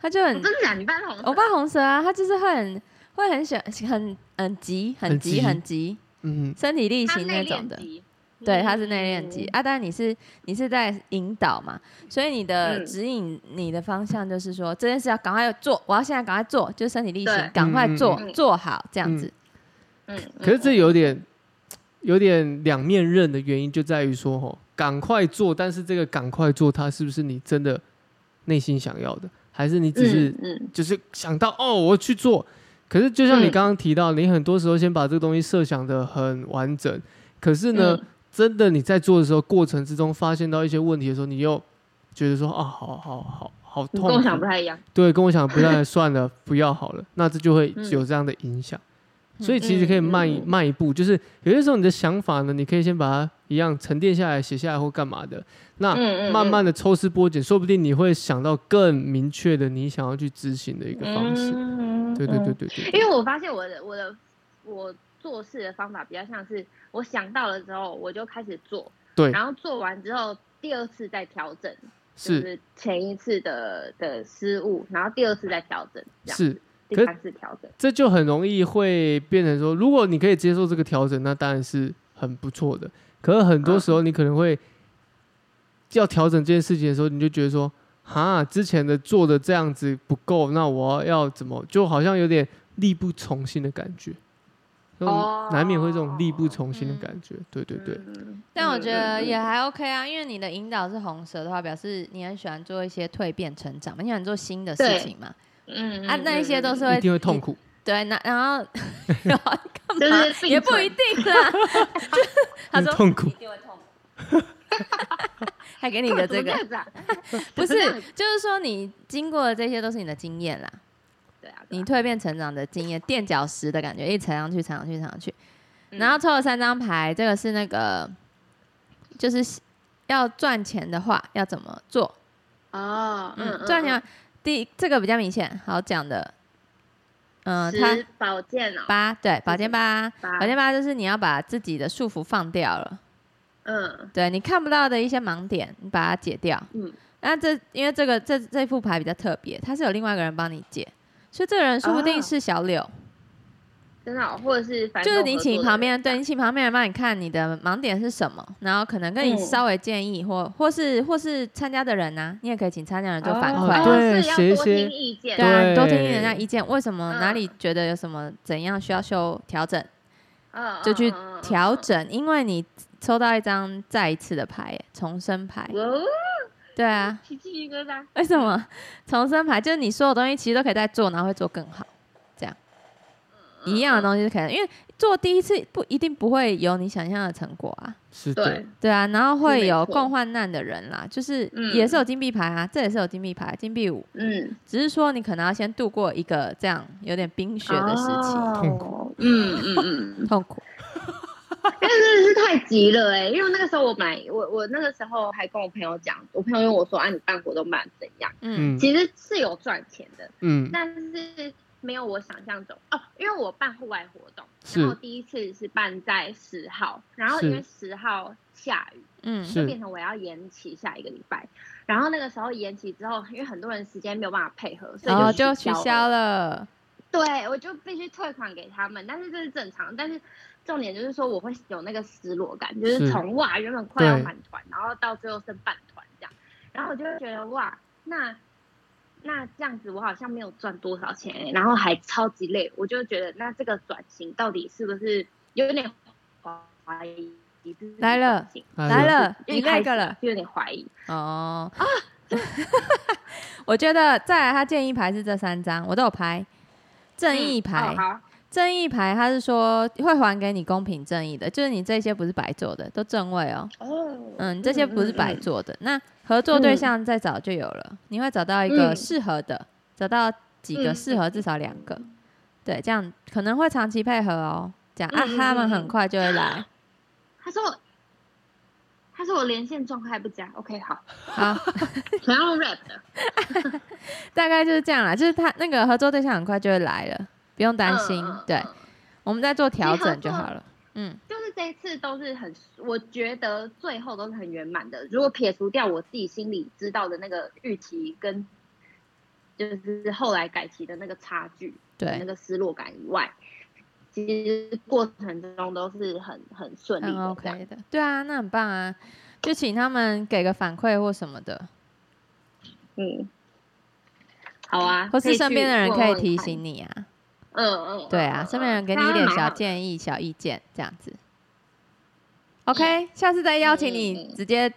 Speaker 2: 他就很
Speaker 3: 哦真的假的？你扮红色？
Speaker 2: 我爸红蛇啊，他就是会很会很喜欢很很急很
Speaker 1: 很
Speaker 2: 急
Speaker 1: 急
Speaker 2: 很急，
Speaker 1: 嗯，
Speaker 2: 身体力
Speaker 3: 他
Speaker 2: 行那
Speaker 3: 内
Speaker 2: 种
Speaker 3: 敛
Speaker 2: 的。
Speaker 3: 肌，
Speaker 2: 对，他是内敛肌
Speaker 3: 嗯
Speaker 2: 啊，但你是你是在引导嘛，所以你的
Speaker 3: 嗯
Speaker 2: 指引你的方向就是说这件事要赶快做，我要现在赶快做，就是身体力
Speaker 3: 对
Speaker 2: 行，赶快
Speaker 1: 嗯嗯
Speaker 2: 做
Speaker 3: 嗯
Speaker 2: 做好这样子。
Speaker 3: 嗯，
Speaker 1: 可是这
Speaker 3: 嗯
Speaker 1: 有点有点两面刃的原因，就在于说，吼，赶快做，但是这个赶快做，它是不是你真的内心想要的，还是你只是、
Speaker 3: 嗯嗯
Speaker 1: 就是想到哦，我去做？可是就像你
Speaker 3: 嗯
Speaker 1: 刚刚提到，你很多时候先把这个东西设想的很完整，可是呢，
Speaker 3: 嗯
Speaker 1: 真的你在做的时候，过程之中发现到一些问题的时候，你又觉得说，啊，好好好好
Speaker 3: 你
Speaker 1: 痛
Speaker 3: 跟我想
Speaker 1: 苦
Speaker 3: 不，太一样。
Speaker 1: 对，跟我想不太算了，不要好
Speaker 3: [LAUGHS]
Speaker 1: 了，那这就会
Speaker 3: 嗯
Speaker 1: 有这样的影响。
Speaker 2: 嗯
Speaker 1: 所以其实可以慢一
Speaker 3: 嗯嗯嗯
Speaker 1: 慢一步，就是有些时候你的想法呢，你可以先把它一样沉淀下来、写下来或干嘛的。那
Speaker 3: 嗯嗯
Speaker 1: 啊慢慢的抽丝剥茧，说不定你会想到更明确的你想要去执行的一个方式。
Speaker 3: 嗯
Speaker 1: 对对对
Speaker 3: 嗯
Speaker 1: 对对
Speaker 3: 因
Speaker 1: 对，
Speaker 3: 为我发现我的我的我做事的方法比较像是我想到了之后我就开始做，
Speaker 1: 对
Speaker 3: 然后做完之后第二次再调整，就是是前一次的的失误，然后第二次再调整，这样
Speaker 1: 是，
Speaker 3: 第
Speaker 1: 可
Speaker 3: 三次调整。
Speaker 1: 这就很容易会变成说，如果你可以接受这个调整，那当然是很不错的。可是很多时候你可能会要调整这件事情的时候，你就觉得说，哈，之前的做的这样子不够，那我要怎么，就好像有点力不从心的感觉，那
Speaker 3: 哦
Speaker 1: 种难免会这种力不从心的感觉。对对对，
Speaker 3: 嗯
Speaker 2: 但我觉得也
Speaker 3: 嗯嗯
Speaker 2: 还 OK 啊，因为你的引导是红蛇的话，表示你很喜欢做一些蜕变、成长嘛，你想做新的事
Speaker 3: 对
Speaker 2: 情嘛，
Speaker 3: 嗯嗯
Speaker 2: 啊，那一些都是
Speaker 1: 一定会痛
Speaker 2: 苦，
Speaker 1: 苦。
Speaker 2: 对，那然后 [LAUGHS] 然后
Speaker 3: 就
Speaker 2: 干嘛
Speaker 3: 是
Speaker 2: 也不一定啦，
Speaker 3: [LAUGHS]
Speaker 2: 就是他
Speaker 1: 很
Speaker 2: 说
Speaker 1: 痛苦
Speaker 2: 一定会痛苦， [LAUGHS] 还给你的这
Speaker 3: 这 [LAUGHS]
Speaker 2: 个
Speaker 3: 样子啊，
Speaker 2: 不是
Speaker 3: 这样，
Speaker 2: 就是说你经过的这些都是你的经验啦，
Speaker 3: 对啊，对
Speaker 2: 你
Speaker 3: 啊
Speaker 2: 蜕变成长的经验，垫脚石的感觉，一直踩上去，踩上去，踩上去。
Speaker 3: 嗯
Speaker 2: 然后抽了三张牌，这个是那个，就是要赚钱的话要怎么做？
Speaker 3: 哦，嗯
Speaker 2: 嗯，
Speaker 3: 嗯，
Speaker 2: 赚钱的话第这个比较明显，好讲的。嗯，他
Speaker 3: 十宝剑哦，
Speaker 2: 八对宝剑八，
Speaker 3: 八
Speaker 2: 宝剑八就是你要把自己的束缚放掉了，
Speaker 3: 嗯
Speaker 2: 对你看不到的一些盲点，你把它解掉。
Speaker 3: 嗯，
Speaker 2: 那这因为这个这这副牌比较特别，它是有另外一个人帮你解，所以这个人说不定
Speaker 3: 哦
Speaker 2: 是小柳，
Speaker 3: 真的哦，或者是反正
Speaker 2: 就是
Speaker 3: 跟我
Speaker 2: 你
Speaker 3: 合
Speaker 2: 请
Speaker 3: 作的
Speaker 2: 旁边
Speaker 3: 人啊
Speaker 2: 对你请旁边人帮你看你的盲点是什么，然后可能跟你
Speaker 3: 嗯
Speaker 2: 稍微建议或或是或是参加的人啊呐、你也可以请参加人做反
Speaker 1: 哦
Speaker 2: 馈。啊
Speaker 1: 对
Speaker 3: 哦是要
Speaker 1: 写一
Speaker 3: 多
Speaker 1: 些
Speaker 3: 听意见，
Speaker 2: 对啊，多听
Speaker 1: 对
Speaker 2: 听人家意见，为什么
Speaker 3: 嗯
Speaker 2: 哪里觉得有什么怎样需要修调整，
Speaker 3: 嗯，
Speaker 2: 就去
Speaker 3: 嗯嗯嗯嗯
Speaker 2: 调整。因为你抽到一张再一次的牌耶，重生牌。
Speaker 3: 哦，
Speaker 2: 对
Speaker 3: [LAUGHS]
Speaker 2: 啊，
Speaker 3: 起鸡皮疙瘩，
Speaker 2: 为什么重生牌？就是你所有东西其实都可以再做，然后会做更好，这样
Speaker 3: 嗯
Speaker 2: 一样的东西就可以了。因为做第一次不一定不会有你想象的成果啊，
Speaker 1: 是的
Speaker 3: 对，，
Speaker 2: 对啊，然后
Speaker 3: 是
Speaker 2: 会
Speaker 3: 没
Speaker 2: 有
Speaker 3: 错
Speaker 2: 共患难的人啦，就是
Speaker 3: 嗯
Speaker 2: 也是有金币牌啊，这也是有金币牌，金币五，
Speaker 3: 嗯，
Speaker 2: 只是说你可能要先度过一个这样有点
Speaker 3: 哦
Speaker 2: 冰雪的时期，
Speaker 1: 哦痛
Speaker 2: [LAUGHS]
Speaker 3: 苦，嗯嗯嗯，
Speaker 2: 痛苦。
Speaker 3: 但是是太太急了哎、因为那个时候我本来我我那个时候还跟我朋友讲，我朋友问我说啊，你办活动办得怎样？
Speaker 2: 嗯
Speaker 1: 嗯
Speaker 3: 其实是有赚钱的，
Speaker 1: 嗯
Speaker 3: 但是没有我想象中哦，因为我办户外活动，
Speaker 1: 是
Speaker 3: 然后第一次是办在十号，然后因为十号下雨，
Speaker 2: 嗯
Speaker 1: 是
Speaker 3: 就变成我要延期下一个礼拜。然后那个时候延期之后，因为很多人时间没有办法配合，所
Speaker 2: 然后
Speaker 3: 以
Speaker 2: 哦就取
Speaker 3: 取
Speaker 2: 消
Speaker 3: 了。
Speaker 2: 了。
Speaker 3: 对，我就必须退款给他们，但是这是正常。但是重点就是说，我会有那个失落感，就是是从哇原本快要
Speaker 1: 对
Speaker 3: 满团，然后到最后剩半团这样，然后我就会觉得哇，那那这样子我好像没有赚多少钱、欸然后还超级累，我就觉得那这个转型到底是不是有点怀疑？
Speaker 2: 来了
Speaker 1: 嗯
Speaker 2: 来，了，
Speaker 3: 就
Speaker 2: 你
Speaker 3: 一开
Speaker 2: 那
Speaker 3: 始
Speaker 2: 个了
Speaker 3: 就有点怀疑。
Speaker 2: 哦啊！ [LAUGHS] 我觉得再来，他建议牌是这三张，我都有拍。正义牌
Speaker 3: 嗯哦，好，
Speaker 2: 正义牌，他是说会还给你公平正义的，就是你这些不是白做的，都正位哦。
Speaker 3: 哦，
Speaker 2: 嗯，这些不是白
Speaker 3: 嗯
Speaker 2: 做的。那合作对
Speaker 3: 嗯
Speaker 2: 象再找就有了，你会找到一个
Speaker 3: 嗯
Speaker 2: 适合的，找到几个
Speaker 3: 嗯
Speaker 2: 适合，
Speaker 3: 嗯
Speaker 2: 至少两个。对，这样可能会长期配合哦。这样啊，
Speaker 3: 嗯嗯
Speaker 2: 他们
Speaker 3: 嗯
Speaker 2: 很
Speaker 3: 嗯
Speaker 2: 快就会来。
Speaker 3: 他说我，他说我连线状况还不佳。OK，好，
Speaker 2: 好，
Speaker 3: 想要用 rap 的，
Speaker 2: 大概就是这样啦。就是他那个合作对象很快就会来了，不用担心。
Speaker 3: 嗯嗯
Speaker 2: 对
Speaker 3: 嗯，
Speaker 2: 我们再做调整就
Speaker 3: 合作
Speaker 2: 好了。嗯，
Speaker 3: 就是这一次都是很，我觉得最后都是很圆满的。如果撇除掉我自己心里知道的那个预期跟，就是后来改期的那个差距，那
Speaker 2: 对，
Speaker 3: 个失落感以外，其实过程中都是很很顺利
Speaker 2: 很
Speaker 3: 的这样。
Speaker 2: 嗯 OK 的。对啊，那很棒啊。就请他们给个反馈或什么的，
Speaker 3: 嗯，好啊，
Speaker 2: 或是身边的人可以提
Speaker 3: 你。
Speaker 2: 醒你啊。
Speaker 3: 嗯嗯，
Speaker 2: 对啊，
Speaker 3: 嗯
Speaker 2: 身边人给你
Speaker 3: 那
Speaker 2: 一点
Speaker 3: 蛮
Speaker 2: 小
Speaker 3: 好的
Speaker 2: 建议、小意见，这样子。OK，下次再邀请
Speaker 3: 嗯嗯
Speaker 2: 你
Speaker 3: 嗯
Speaker 2: 直接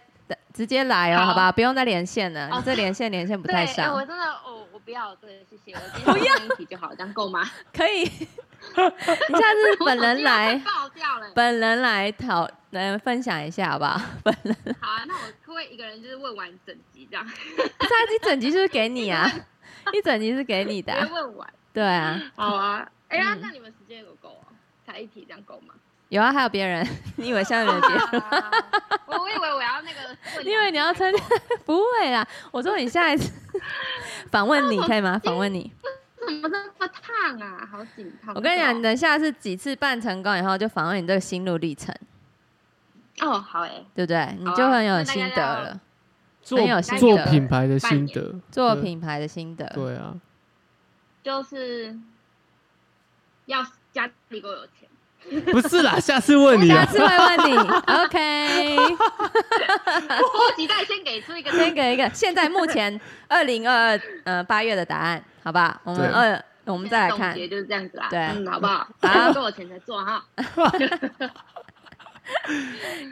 Speaker 2: 直接来哦，
Speaker 3: 好
Speaker 2: 好吧？不用再连线了，
Speaker 3: 哦
Speaker 2: 你这连线连线不
Speaker 3: 对，
Speaker 2: 太
Speaker 3: 哎，
Speaker 2: 上，
Speaker 3: 我真的，我我不要，对，谢谢，我今天不要一起就好，这样够吗？
Speaker 2: 可
Speaker 3: [LAUGHS]
Speaker 2: 以。你下次 [LAUGHS] 本人来，
Speaker 3: 爆掉了。欸
Speaker 2: 本人来讨，能分享一下好不好？本人，
Speaker 3: 好啊，那我可不可以一个人就是问完整集这样？
Speaker 2: 不是啊一整集就是给你 [LAUGHS] 啊，一整集是给你的
Speaker 3: 直接
Speaker 2: 啊，
Speaker 3: 问完。
Speaker 2: [LAUGHS] 对啊，
Speaker 3: 好啊，哎呀
Speaker 2: [LAUGHS] 嗯，
Speaker 3: 那你们时间有够哦，才一题这样够
Speaker 2: [LAUGHS]
Speaker 3: 吗？
Speaker 2: 有啊，还有别人， [LAUGHS] 你以为下面没别人？
Speaker 3: 啊我我以为我要那个问两
Speaker 2: [LAUGHS]
Speaker 3: 题，
Speaker 2: 因为你要参加， [LAUGHS] 不会啦，我说你下一次 [LAUGHS] 访问你可以吗？访问你。
Speaker 3: 怎么这么烫啊？好紧张哦。
Speaker 2: 我跟你讲，你等下次几次办成功以后，就访问你这个心路历程，
Speaker 3: 哦，好哎，
Speaker 2: 对不对？你
Speaker 3: 好啊
Speaker 2: 就很有心得了，
Speaker 1: 做
Speaker 2: 有心
Speaker 1: 做
Speaker 2: 得
Speaker 1: 品牌的
Speaker 3: 半
Speaker 1: 心
Speaker 3: 年
Speaker 1: 得，
Speaker 2: 做
Speaker 1: 对
Speaker 2: 品牌的心得。
Speaker 1: 对啊，
Speaker 3: 就是要家里够
Speaker 2: [LAUGHS]
Speaker 3: 有钱。
Speaker 1: 不是啦，下次问你
Speaker 2: 下
Speaker 1: 啊，
Speaker 2: 次会问 [LAUGHS] 你，OK，
Speaker 3: 迫不及待，先给出一个
Speaker 2: 先给一个现在目前二零二二呃八月的答案，好吧？我们
Speaker 1: 对
Speaker 2: 二我们再来看
Speaker 3: 总，结就是这样子啦，
Speaker 2: 对
Speaker 3: 嗯，好不好？
Speaker 2: 好
Speaker 3: 够我钱才做哈。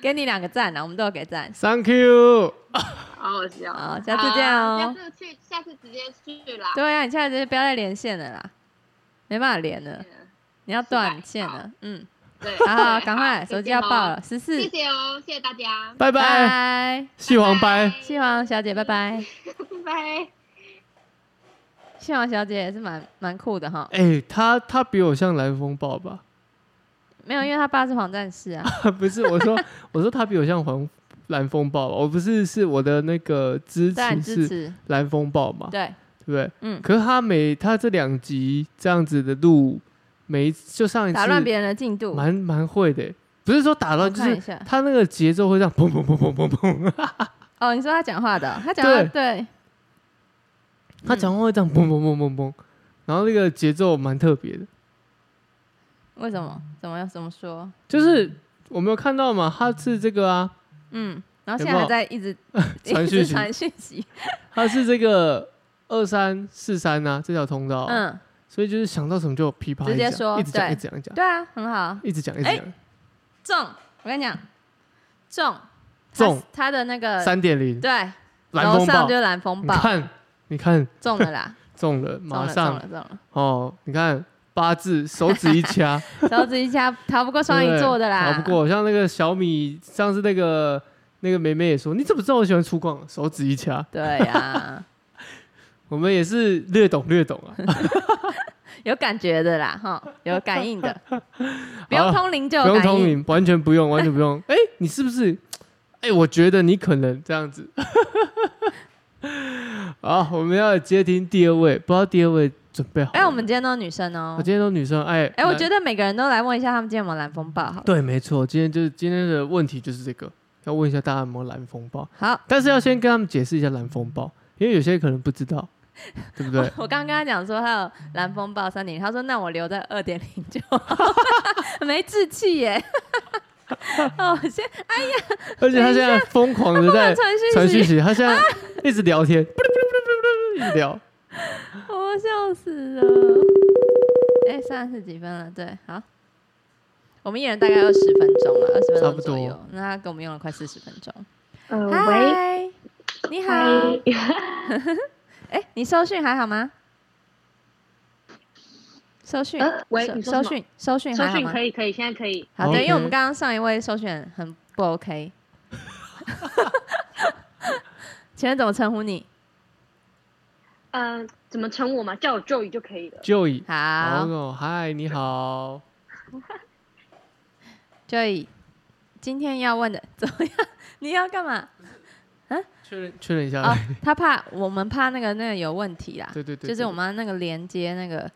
Speaker 2: 给你两个赞啊啦，我们都有给赞。
Speaker 1: ，Thank you，
Speaker 3: 好好笑。
Speaker 2: 好下次见哦
Speaker 3: 好啊下次去，下次直接去啦。
Speaker 2: [LAUGHS] 对啊，你下次就不要再连线了啦，没办法连了，
Speaker 3: 嗯
Speaker 2: 你要断线
Speaker 3: 好
Speaker 2: 了。嗯，
Speaker 3: 对，
Speaker 2: 好好，赶快，手机要爆了，十
Speaker 3: 就这
Speaker 2: 四
Speaker 3: 哦样咯。谢，谢哦，谢谢大家，
Speaker 1: 拜拜，
Speaker 2: 拜，
Speaker 1: 戏王拜。
Speaker 2: 希望小姐，拜拜。
Speaker 3: 拜。
Speaker 2: 谢王小姐也是蛮蛮酷的哈，
Speaker 1: 哎、他他比我像蓝风暴吧？ [LAUGHS]
Speaker 2: 没有，因为她爸是黄战士啊，
Speaker 1: 不是，我说 [LAUGHS] 我说他比我像黄蓝风暴吧？我不是是我的那个支
Speaker 2: 当然
Speaker 1: 持
Speaker 2: 支
Speaker 1: 是哦
Speaker 2: 持，
Speaker 1: 蓝风暴嘛，
Speaker 2: 对，
Speaker 1: 对不对？
Speaker 2: 嗯，
Speaker 1: 可是他每他这两集这样子的录，每一次就上一次
Speaker 2: 打乱别人的进度，
Speaker 1: 蛮蛮会的欸，不是说打
Speaker 2: 我
Speaker 1: 乱，就
Speaker 2: 看一
Speaker 1: 是
Speaker 2: 下。
Speaker 1: 他那个节奏会这样砰砰砰砰砰砰，
Speaker 2: 哦，你说他讲话的哦，他讲话
Speaker 1: 对
Speaker 2: 对，
Speaker 1: 他讲话会这样砰砰砰砰砰，然后那个节奏蛮特别的，
Speaker 2: 为什么？怎么怎么说？
Speaker 1: 就是我没有看到嘛，他是这个啊，
Speaker 2: 嗯，然后
Speaker 1: 有
Speaker 2: 现在
Speaker 1: 没
Speaker 2: 还
Speaker 1: 有
Speaker 2: 在一直
Speaker 1: [LAUGHS]
Speaker 2: 一
Speaker 1: 传讯
Speaker 2: 直
Speaker 1: 息
Speaker 2: 传讯息，
Speaker 1: 他是这个二三四三啊这条通道啊，
Speaker 2: 嗯，
Speaker 1: 所以就是想到什么就噼啪
Speaker 2: 直
Speaker 1: 一
Speaker 2: 接
Speaker 1: 讲
Speaker 2: 说
Speaker 1: 一直讲
Speaker 2: 对
Speaker 1: 一直讲一直讲
Speaker 2: 对啊，很好，
Speaker 1: 一直讲一直
Speaker 2: 哎
Speaker 1: 讲，
Speaker 2: 中，我跟你讲，中，他
Speaker 1: 中
Speaker 2: 他的那个
Speaker 1: 三点零
Speaker 2: 对，
Speaker 1: 蓝
Speaker 2: 楼
Speaker 1: 风
Speaker 2: 上
Speaker 1: 暴
Speaker 2: 就，是蓝风
Speaker 1: 你 [LAUGHS]
Speaker 2: 暴，
Speaker 1: 看你看
Speaker 2: 中了
Speaker 1: [LAUGHS]
Speaker 2: 啦，
Speaker 1: 中了，
Speaker 2: 中
Speaker 1: 马
Speaker 2: 了，中
Speaker 1: 上
Speaker 2: 了，中了，
Speaker 1: 哦，你看八字手指一掐。
Speaker 2: 手指一下逃不过 [LAUGHS] 双鱼
Speaker 1: 对
Speaker 2: 座的啦，
Speaker 1: 打不
Speaker 2: [LAUGHS]
Speaker 1: 过，像那个小米，上次那个那个梅梅也说，你怎么知道我喜欢粗犷？手指一掐，
Speaker 2: 对呀、
Speaker 1: 我们也是略懂略懂啊。
Speaker 2: 有感觉的啦，哈，有感
Speaker 1: [LAUGHS]
Speaker 2: 应的，不用通灵就
Speaker 1: 不
Speaker 2: 有
Speaker 1: 用
Speaker 2: 感
Speaker 1: 通
Speaker 2: 应。
Speaker 1: 灵，完全不用，完全不
Speaker 2: [LAUGHS]
Speaker 1: 用。哎、你是不是？哎、我觉得你可能这样子。 [LAUGHS] 好，我们要接听第二位，不知道第二位准备好了
Speaker 2: 哎，我们今天都是女生哦
Speaker 1: 我。今天都女生，哎、
Speaker 2: 哎，我觉
Speaker 1: 得
Speaker 2: 得每个人都来问一下他们今天有没有蓝风暴，好了。
Speaker 1: 对，没错，今天就是今天的问题就是这个，要问一下大家有没有蓝风暴，
Speaker 2: 好，
Speaker 1: 但是要先跟他们解释一下蓝风暴，因为有些人可能不知道，对不对？
Speaker 2: 我刚刚跟他讲说他有蓝风暴三点，他说那我留在二点零就好， [LAUGHS] 没志气耶。 [LAUGHS] 哦，我先
Speaker 1: [LAUGHS] 而且他现在疯狂的在
Speaker 2: 传
Speaker 1: 传讯
Speaker 2: 讯息，啊
Speaker 1: 息，他现在一直聊天， [LAUGHS] 一直聊。
Speaker 2: 我笑死了。哎，三十几分了，对，好，我们一人大概二十分钟了，二十分
Speaker 1: 差
Speaker 2: 钟
Speaker 1: 不
Speaker 2: 左
Speaker 1: 多
Speaker 2: 右。那他给我们用了快四十分钟。
Speaker 3: 呃，喂，
Speaker 2: 嗨，你好，
Speaker 3: 喂，
Speaker 2: 哎，你收讯还好吗？收讯
Speaker 3: 呃，喂
Speaker 2: 收
Speaker 3: 你说
Speaker 2: 收
Speaker 3: 什么
Speaker 2: 讯，收讯
Speaker 4: 搜
Speaker 2: 还好
Speaker 4: 讯
Speaker 2: 吗
Speaker 4: 可？以，可以，现在可以。
Speaker 2: 好的，因为我
Speaker 1: OK
Speaker 2: 们刚刚上一位候选人很不 OK，请问怎么称呼你？
Speaker 4: 呃，怎么称我嘛？叫我 Joey 就可以了。
Speaker 1: Joy，
Speaker 2: 好
Speaker 1: 哦，嗨，你好。
Speaker 2: ，Joy，今天要问的怎么样？你要干嘛？
Speaker 1: 确认确认一下，
Speaker 2: 哦，他怕我们怕那个那个有问题啦，
Speaker 1: [LAUGHS] 对对对，
Speaker 2: 就是
Speaker 1: 对
Speaker 2: 我们那个连接那个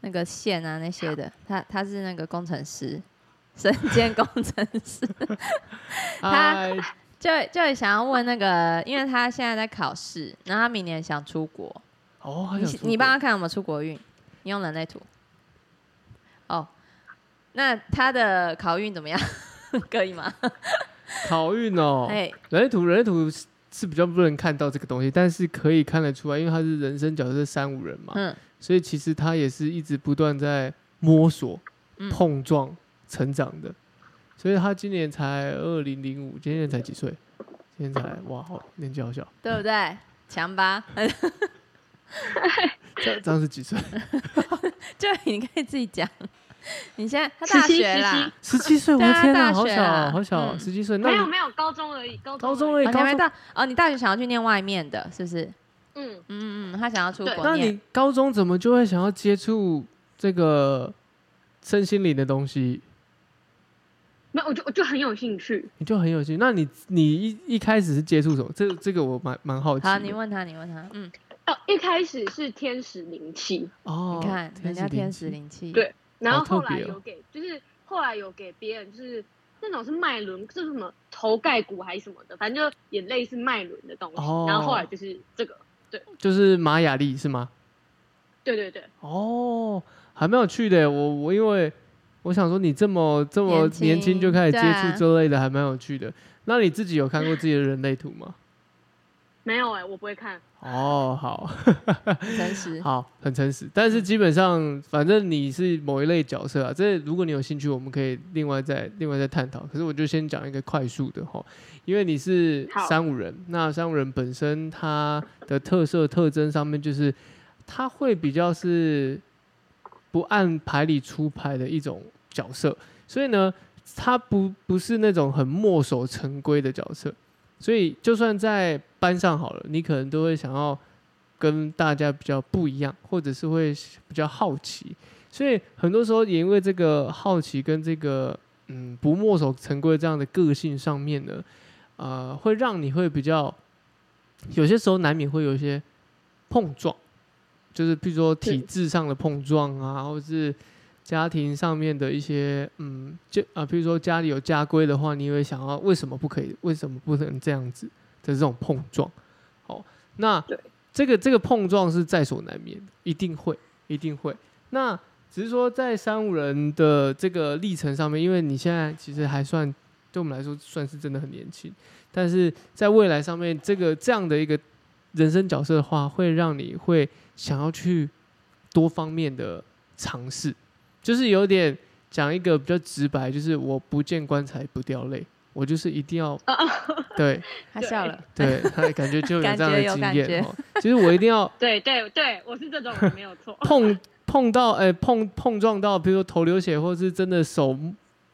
Speaker 2: 那个线啊那些的，他他是那个工程师，神间工程师。 [LAUGHS] 他
Speaker 1: 嗨
Speaker 2: 就就想要问那个，因为他现在在考试，然后他明年想出国，
Speaker 1: 哦，他想
Speaker 2: 你
Speaker 1: 出
Speaker 2: 你
Speaker 1: 国
Speaker 2: 帮他看有没有出国运，你用人类图。哦，那他的考运怎么样？ [LAUGHS] 可以吗？
Speaker 1: 考运哦，
Speaker 2: 哎、
Speaker 1: 人类图人类图是是比较不能看到这个东西，但是可以看得出来，因为他是人生角色三五人嘛，
Speaker 2: 嗯，
Speaker 1: 所以其实他也是一直不断在摸索
Speaker 2: 嗯、
Speaker 1: 碰撞、成长的。所以他今年才二零零五，今年才几岁？今年才哇，好年纪好小，
Speaker 2: 对不对？强吧？ [LAUGHS]
Speaker 1: 这这样是几岁？
Speaker 2: 就你可以自己讲。你现在他
Speaker 4: 实
Speaker 2: 大
Speaker 4: 习
Speaker 2: 学
Speaker 4: 实
Speaker 2: 啦
Speaker 4: 习，
Speaker 1: 十七岁，我
Speaker 2: 对
Speaker 1: 的
Speaker 2: 啊
Speaker 1: 天
Speaker 2: 大
Speaker 1: 好
Speaker 2: 学
Speaker 1: 小啊
Speaker 2: 啊
Speaker 1: 好小，
Speaker 2: 嗯
Speaker 1: 十七岁。那
Speaker 4: 没有
Speaker 1: 你
Speaker 4: 没有，高中而已，高中
Speaker 1: 高中
Speaker 4: 而
Speaker 1: 而
Speaker 4: 已。
Speaker 1: 已
Speaker 2: 哦，你
Speaker 1: 高
Speaker 2: 还没
Speaker 1: 中
Speaker 2: 到哦，你大学想要去念外面的，是不是？
Speaker 4: 嗯，
Speaker 2: 嗯嗯嗯，他想要出
Speaker 4: 对
Speaker 2: 国
Speaker 1: 那
Speaker 2: 念。
Speaker 1: 你高中怎么就会想要接触这个身心灵的东西？
Speaker 4: 没有，我就我就很有兴趣。
Speaker 1: 你就很有趣。那你你一一开始是接触什么？这这个我蛮蛮好奇的。
Speaker 2: 好，你问他，你问他，嗯，
Speaker 4: 哦，一开始是天使灵气，
Speaker 1: 哦，
Speaker 2: 你看人家天使
Speaker 1: 灵
Speaker 2: 灵气，
Speaker 4: 对然
Speaker 1: 好
Speaker 4: 后后
Speaker 1: 特
Speaker 4: 来
Speaker 1: 别哦
Speaker 4: 有给，就是后来有给别人，就是那种是脉轮，就是什么头盖骨还是什么的，反正就也类似脉轮的东西。
Speaker 1: 哦
Speaker 4: 然后后来就是这个，
Speaker 1: 气就是玛雅历是吗？
Speaker 4: 对对对，
Speaker 1: 哦，还没有去的。我我因为我想说你这么这么
Speaker 2: 年轻
Speaker 1: 年轻就开始接
Speaker 2: 对啊
Speaker 1: 触这类的，还蛮有趣的。那你自己有看过自己的人类图吗？
Speaker 4: 没有哎、我不会看。
Speaker 1: 哦，好
Speaker 2: 很诚实。嗯
Speaker 1: 好，很诚实。但是基本上，反正你是某一类角色啊。这如果你有兴趣，我们可以另外再另外再探讨。可是我就先讲一个快速的哈，因为你是
Speaker 4: 好
Speaker 1: 三五人，那三五人本身它的特色特征上面就是，它会比较是不按牌理出牌的一种角色，所以呢，他不不是那种很墨守成规的角色，所以就算在班上好了，你可能都会想要跟大家比较不一样，或者是会比较好奇，所以很多时候也因为这个好奇跟这个嗯不墨守成规这样的个性上面呢，呃，会让你会比较有些时候难免会有一些碰撞，就是譬如说体
Speaker 4: 对
Speaker 1: 制上的碰撞啊，或是家庭上面的一些嗯，就啊，譬如说家里有家规的话，你会想要为什么不可以，为什么不能这样子的这种碰撞。哦，那
Speaker 4: 对
Speaker 1: 这个这个碰撞是在所难免的，一定会，一定会。那只是说在三五人的这个历程上面，因为你现在其实还算对我们来说算是真的很年轻，但是在未来上面，这个这样的一个人生角色的话，会让你会想要去多方面的尝试，就是有点讲一个比较直白，就是我不见棺材不掉泪，我就是一定
Speaker 2: 哦
Speaker 1: 要对
Speaker 2: 他笑了， [LAUGHS]
Speaker 1: 对，他感觉就有
Speaker 2: 感
Speaker 1: 这样的
Speaker 2: 觉有
Speaker 1: 经
Speaker 2: 感
Speaker 1: 验
Speaker 2: 觉
Speaker 1: 哦。其实我一定要。
Speaker 4: 对对对，我是这 [LAUGHS] 种人，没有错
Speaker 1: 碰碰到，哎、碰碰撞到，比如说头流血，或是真的手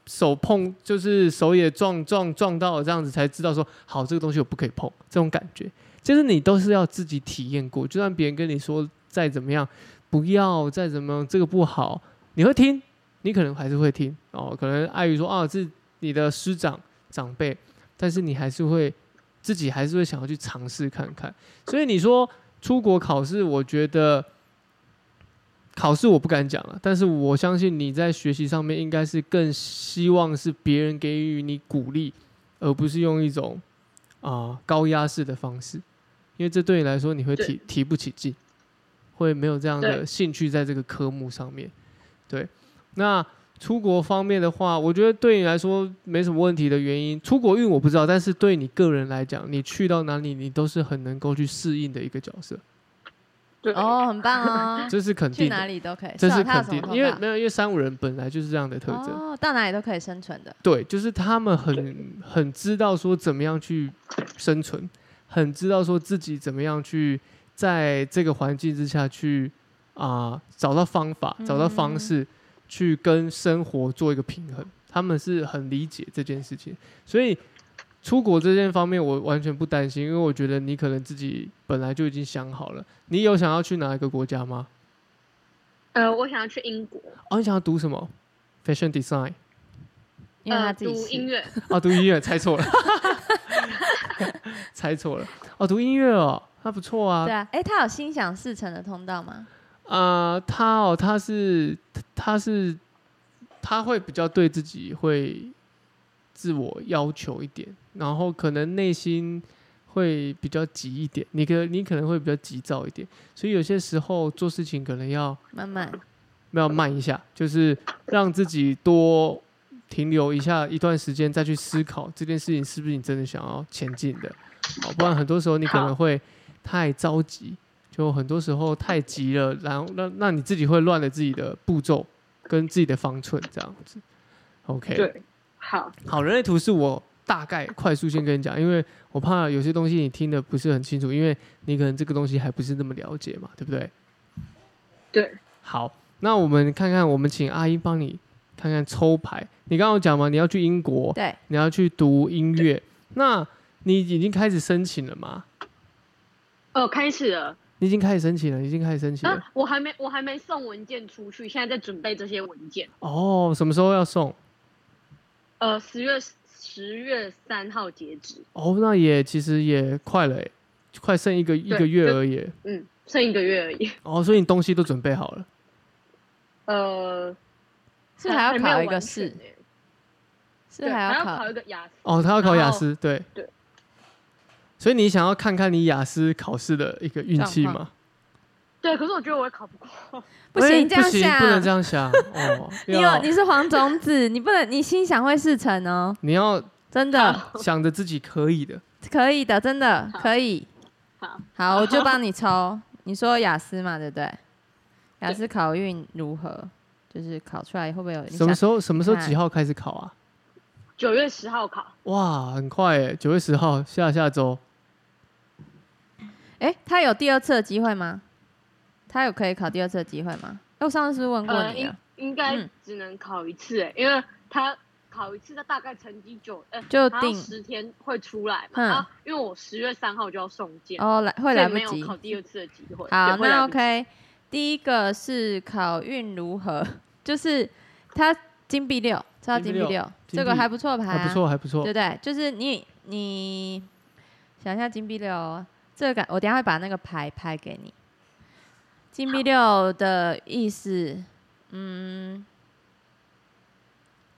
Speaker 1: 手碰，就是手也撞撞撞到了这样子，才知道说，好，这个东西我不可以碰，这种感觉，就是你都是要自己体验过，就算别人跟你说再怎么样，不要再怎么这个不好，你会听，你可能还是会听哦，可能碍于说啊是你的师长长辈，但是你还是会自己还是会想要去尝试看看。所以你说出国考试，我觉得考试我不敢讲了，但是我相信你在学习上面应该是更希望是别人给予你鼓励，而不是用一种啊、高压式的方式，因为这对你来说你会提提不起劲，会没有这样的
Speaker 4: 对
Speaker 1: 兴趣在这个科目上面。对，那出国方面的话，我觉得对你来说没什么问题的原因，出国运我不知道，但是对你个人来讲，你去到哪里你都是很能够去适应的一个角色，
Speaker 4: 对，
Speaker 2: 哦，很棒哦，
Speaker 1: [LAUGHS] 这是肯
Speaker 2: 去
Speaker 1: 定
Speaker 2: 哪
Speaker 1: 的，
Speaker 2: 里都可以，
Speaker 1: 这
Speaker 2: 啊
Speaker 1: 是
Speaker 2: 他有
Speaker 1: 肯
Speaker 2: 什
Speaker 1: 定
Speaker 2: 么
Speaker 1: 的，
Speaker 2: 头
Speaker 1: 因为
Speaker 2: 发
Speaker 1: 没有，因为三五人本来就是这样的特征。
Speaker 2: 哦，到哪里都可以生存的，
Speaker 1: 对，就是他们很很知道说怎么样去生存，很知道说自己怎么样去在这个环境之下去啊、找到方法，找到方
Speaker 2: 嗯
Speaker 1: 式、去跟生活做一个平衡。他们是很理解这件事情，所以出国这件方面我完全不担心，因为我觉得你可能自己本来就已经想好了。你有想要去哪一个国家吗？
Speaker 4: 呃，我想要去英国，
Speaker 1: 哦，你想要读什么？Fashion Design
Speaker 2: 因为他
Speaker 4: 呃，
Speaker 2: 自己
Speaker 4: 读音
Speaker 2: 乐， [LAUGHS]
Speaker 4: 乐，
Speaker 1: [LAUGHS] 哦，读音乐，猜错了，猜错了。哦，读音乐哦，他不错啊
Speaker 2: 对。啊，哎，他有心想事成的通道吗？
Speaker 1: 啊、他哦，他是他是他会比较对自己会自我要求一点，然后可能内心会比较急一点，你可你可能会比较急躁一点，所以有些时候做事情可能要
Speaker 2: 慢慢，
Speaker 1: 哦要慢一下，就是让自己多停留一下一段时间，再去思考这件事情是不是你真的想要前进的。好，不然很多时候你可能会太着急，就很多时候太急了，然后那那你自己会乱了自己的步骤跟自己的方寸这样子。OK，
Speaker 4: 对，好，
Speaker 1: 好，人类图是我大概快速先跟你讲，因为我怕有些东西你听的不是很清楚，因为你可能这个东西还不是那么了解嘛，对不对？
Speaker 4: 对，
Speaker 1: 好，那我们看看，我们请阿英帮你看看抽牌。你刚刚有讲嘛，你要去英国，
Speaker 2: 对，
Speaker 1: 你要去读音乐，那你已经开始申请了吗？
Speaker 4: 哦，开始了
Speaker 1: 你已经开始申请了，已经开始申请了。
Speaker 4: 啊，我还没我还没送文件出去，现在在准备这些文件，
Speaker 1: 哦，什么时候要送？
Speaker 4: 呃，十月十月三号截止，
Speaker 1: 哦，那也其实也快了耶，欸快剩一个一个月
Speaker 4: 就
Speaker 1: 而已。
Speaker 4: 嗯，剩一个月而已，
Speaker 1: 哦，所以你东西都准备好了。
Speaker 4: 呃，
Speaker 2: 是还要
Speaker 4: 没有
Speaker 2: 考一个
Speaker 4: 完
Speaker 2: 试
Speaker 4: 全，欸
Speaker 2: 是
Speaker 4: 对，
Speaker 2: 还
Speaker 4: 还
Speaker 2: 要
Speaker 4: 要
Speaker 2: 考
Speaker 4: 考一个雅思，
Speaker 1: 哦，他要考雅
Speaker 4: 然后
Speaker 1: 思，对
Speaker 4: 对。
Speaker 1: 所以你想要看看你雅思考试的一个运气
Speaker 2: 状况
Speaker 1: 吗？
Speaker 4: 对，可是我觉得我也考不过，
Speaker 2: 不
Speaker 1: 哎
Speaker 2: 行这样
Speaker 1: 不行，
Speaker 2: 想
Speaker 1: 不能这样想
Speaker 2: [LAUGHS]
Speaker 1: 哦。
Speaker 2: 你有
Speaker 1: 要
Speaker 2: 你是黄种子，你不能你心想会事成哦，
Speaker 1: 你要 [LAUGHS]
Speaker 2: 真的
Speaker 1: 想着自己可以
Speaker 2: [LAUGHS]
Speaker 1: 的。
Speaker 2: 可以的，真的
Speaker 4: 好
Speaker 2: 可以。
Speaker 4: 好，
Speaker 2: 好，我就帮你抽。你说雅思嘛，对不对？雅思考运如何？就是考出来会不会有影
Speaker 1: 什
Speaker 2: 响
Speaker 1: 么？时候？什么时候
Speaker 2: 看
Speaker 1: 几号开始考啊？
Speaker 4: 九月十号考，
Speaker 1: 哇，很快诶，九月十号，下下周。
Speaker 2: 哎，他有第二次的机会吗？他有可以考第二次的机会吗？哎我上次是不是问过
Speaker 4: 呃，
Speaker 2: 你
Speaker 4: 应
Speaker 2: 了？
Speaker 4: 应该
Speaker 2: 嗯
Speaker 4: 只能考一次、欸，因为他考一次，他大概成绩九，呃，
Speaker 2: 就
Speaker 4: 好像
Speaker 2: 定
Speaker 4: 十天会出来嘛。
Speaker 2: 嗯
Speaker 4: 然后因为我十月三号就要送件，
Speaker 2: 哦，来会
Speaker 4: 所以
Speaker 2: 来不
Speaker 4: 没有
Speaker 2: 及。
Speaker 4: 考第二次的机会。
Speaker 2: 好，
Speaker 4: 对会来不
Speaker 2: 那
Speaker 4: 及
Speaker 2: OK，第一个是考运如何， [LAUGHS] 就是他金币六，抽到
Speaker 1: 金
Speaker 2: 金
Speaker 1: 币
Speaker 2: 币
Speaker 1: 六
Speaker 2: 六，
Speaker 1: 金
Speaker 2: 这个
Speaker 1: 币
Speaker 2: 还不错牌、
Speaker 1: 还不错，还不错
Speaker 2: 对。不对？就是你你想一下金币六哦，这个感我等一下会把那个牌拍给你。金币六的意思，嗯，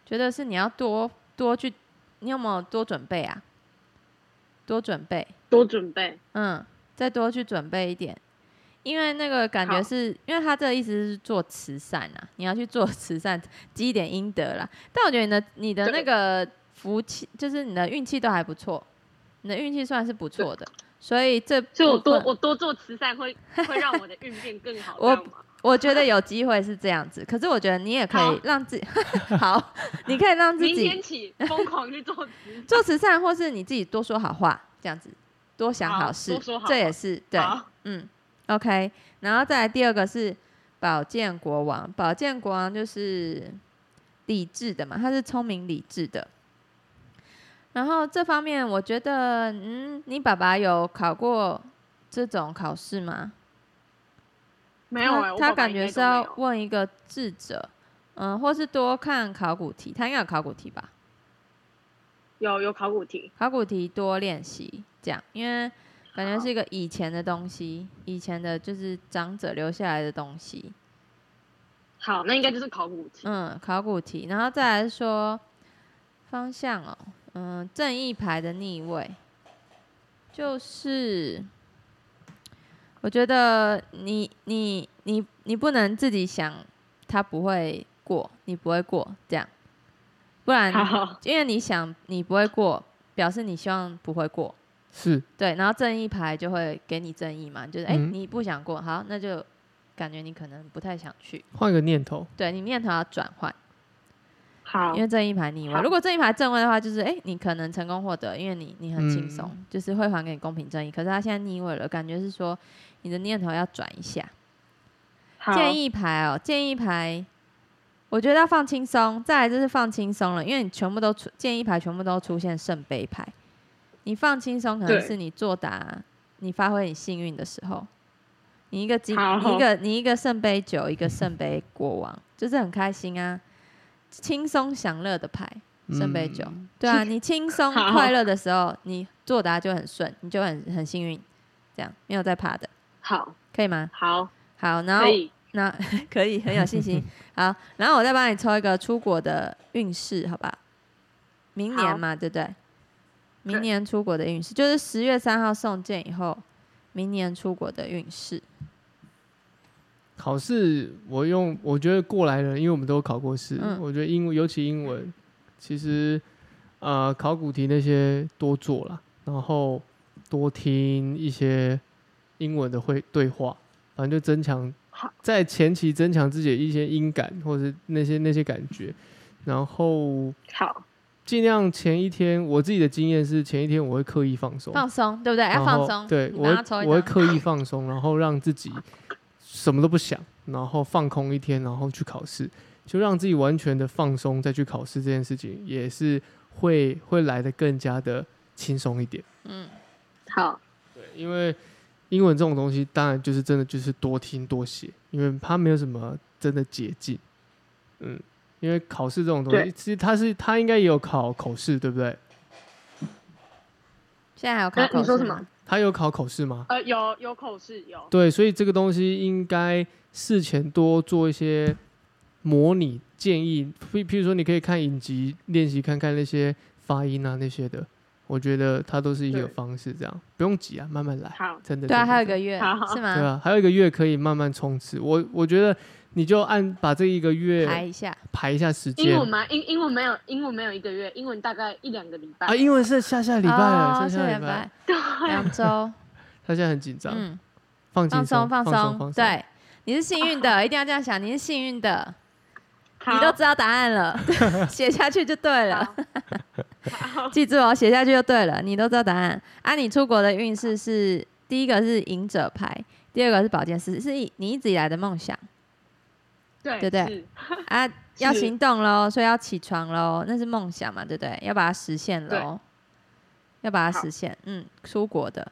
Speaker 2: 觉得是你要多多去，你有没有多准备啊？多准备，
Speaker 4: 多准备。
Speaker 2: 嗯，再多去准备一点，因为那个感觉
Speaker 4: 好
Speaker 2: 是因为他这个意思是做慈善啊，你要去做慈善，积一点阴德啦。但我觉得你的你的那
Speaker 4: 对
Speaker 2: 个福气，就是你的运气都还不错，你的运气算是不错的，所以这
Speaker 4: 所以我
Speaker 2: 部
Speaker 4: 多
Speaker 2: 分
Speaker 4: 我多做慈善
Speaker 2: [LAUGHS]
Speaker 4: 会会让我的运变更好，
Speaker 2: 我
Speaker 4: 这样吗？
Speaker 2: 我觉得有机会是这样子，可是我觉得你也可以
Speaker 4: 好
Speaker 2: 让自己 [LAUGHS] 好，你可以让自
Speaker 4: 明
Speaker 2: 己
Speaker 4: 天起疯狂
Speaker 2: [LAUGHS]
Speaker 4: 去做慈善。
Speaker 2: 做慈善，或是你自己多说好话，这样子多想
Speaker 4: 好
Speaker 2: 好事，
Speaker 4: 多说好
Speaker 2: 这
Speaker 4: 话
Speaker 2: 也是对。
Speaker 4: 好
Speaker 2: 嗯，OK，然后再来第二个是宝剑国王，宝剑国王就是理智的嘛，他是聪明理智的。然后这方面，我觉得，嗯，你爸爸有考过这种考试吗？
Speaker 4: 没有哎、
Speaker 2: 他
Speaker 4: 我爸
Speaker 2: 他
Speaker 4: 爸
Speaker 2: 感
Speaker 4: 应该
Speaker 2: 觉
Speaker 4: 都
Speaker 2: 是
Speaker 4: 没
Speaker 2: 要
Speaker 4: 有
Speaker 2: 问一个智者，嗯，或是多看考古题，他应该有考古题吧？
Speaker 4: 有有考古题，
Speaker 2: 考古题多练习，这样，因为感觉
Speaker 3: 好
Speaker 2: 是一个以前的东西，以前的就是长者留下来的东西，
Speaker 4: 好，那应该就是考古题。
Speaker 2: 嗯，考古题，然后再来是说方向哦，嗯，正义牌的逆位，就是我觉得你你你你不能自己想他不会过，你不会过这样，不然
Speaker 4: 好，
Speaker 2: 因为你想你不会过，表示你希望不会过，
Speaker 1: 是
Speaker 2: 对，然后正义牌就会给你正义嘛，就是哎、
Speaker 1: 嗯
Speaker 2: 你不想过，好，那就感觉你可能不太想去，
Speaker 1: 换个念头，
Speaker 2: 对你念头要转换。
Speaker 4: 好
Speaker 2: 因，为正一排逆位，
Speaker 4: 好
Speaker 2: 如果正一排正位的话，就是哎、诶你可能成功获得，因为你你很轻松，
Speaker 1: 嗯
Speaker 2: 就是会还给你公平正义。可是他现在逆位了，感觉是说你的念头要转一下。
Speaker 4: 好，
Speaker 2: 建议牌哦，建议牌，我觉得要放轻松，再来就是放轻松了，因为你全部都出建议牌，全部都出现圣杯牌，你放轻松可能
Speaker 4: 对
Speaker 2: 是你作答，你发挥你幸运的时候，你一个金，
Speaker 4: 好
Speaker 2: 你一个你一个圣杯九，一个圣杯国王，就是很开心啊，轻松享乐的牌，圣杯九，
Speaker 1: 嗯
Speaker 2: 对啊，你轻松
Speaker 4: 好
Speaker 2: 快乐的时候，你作答就很顺，你就很很幸运，这样没有在怕的，
Speaker 4: 好，
Speaker 2: 可以吗？
Speaker 4: 好，
Speaker 2: 好，然后
Speaker 4: 可以，
Speaker 2: 那 [LAUGHS] 可以很有信心。好，然后我再帮你抽一个出国的运势，好吧？明
Speaker 4: 好
Speaker 2: 年嘛，对不对？明年出国的运势就是十月三号送件以后，明年出国的运势。
Speaker 1: 考试我用我觉得过来人，因为我们都有考过试，
Speaker 2: 嗯
Speaker 1: 我觉得英文尤其英文，其实呃考古题那些多做啦，然后多听一些英文的会对话，反正就增强
Speaker 4: 好
Speaker 1: 在前期增强自己的一些音感或者是那些那些感觉，然后
Speaker 4: 好，
Speaker 1: 尽量前一天，我自己的经验是前一天我会刻意放松，
Speaker 2: 放松，对不对？要
Speaker 1: 哦然
Speaker 2: 哎放
Speaker 1: 后
Speaker 2: 松。
Speaker 1: 对
Speaker 2: 你
Speaker 1: 我
Speaker 2: 帮他
Speaker 1: 会
Speaker 2: 抽一
Speaker 1: 我会
Speaker 2: 张
Speaker 1: 刻意放松，然后让自己什么都不想，然后放空一天，然后去考试，就让自己完全的放松，再去考试这件事情也是会会来的更加的轻松一点。
Speaker 2: 嗯，
Speaker 4: 好，
Speaker 1: 对，因为英文这种东西，当然就是真的就是多听多写，因为它没有什么真的捷径。嗯，因为考试这种东西
Speaker 4: 对，
Speaker 1: 其实它是它应该也有考口试，对不对？
Speaker 2: 现在还有考
Speaker 4: 那
Speaker 2: 口
Speaker 4: 你说
Speaker 2: 试
Speaker 4: 什
Speaker 2: 吗
Speaker 4: 么？？
Speaker 1: 它有考口试吗？
Speaker 4: 呃，有有口试有，
Speaker 1: 对，所以这个东西应该事前多做一些模拟建议，譬譬如说你可以看影集练习看看那些发音啊那些的，我觉得它都是一个
Speaker 4: 对
Speaker 1: 方式，这样不用急啊，慢慢来，
Speaker 4: 好，
Speaker 1: 真的。
Speaker 2: 对啊，
Speaker 1: 真的
Speaker 2: 还有一
Speaker 1: 真
Speaker 2: 个月
Speaker 4: 好
Speaker 2: 是
Speaker 1: 的
Speaker 2: 吗？
Speaker 1: 对啊，还有一个月可以慢慢冲刺。我我觉得你就按把这一个
Speaker 2: 排
Speaker 1: 月
Speaker 2: 一下，
Speaker 1: 排一下时
Speaker 4: 英
Speaker 1: 间
Speaker 4: 文吗？英英文没有，英文没有一个月，英文大概一两个礼拜
Speaker 1: 啊，英文是下下礼拜了，
Speaker 2: 哦
Speaker 1: 剩下
Speaker 2: 下
Speaker 1: 礼拜，
Speaker 2: 两周，
Speaker 1: 他现在很紧张，
Speaker 2: 嗯。
Speaker 1: 放轻
Speaker 2: 放松
Speaker 1: 放
Speaker 2: 放
Speaker 1: 松
Speaker 2: 松，，对，你是幸运的，一定要这样想，你是幸运的，你
Speaker 4: 好
Speaker 2: 都知道答案了，写下去就对了，
Speaker 4: 好
Speaker 2: 记住哦，写下去就对了，你都知道答案。啊，你出国的运势是第一个是赢者牌，第二个是保健师，是一你一直以来的梦想
Speaker 4: 对
Speaker 2: 对对
Speaker 4: 是
Speaker 2: 啊，要
Speaker 4: 是
Speaker 2: 行动喽，所以要起床喽，那是梦想嘛，对不对？要把它实现喽，要把它
Speaker 4: 好
Speaker 2: 实现。嗯，出国的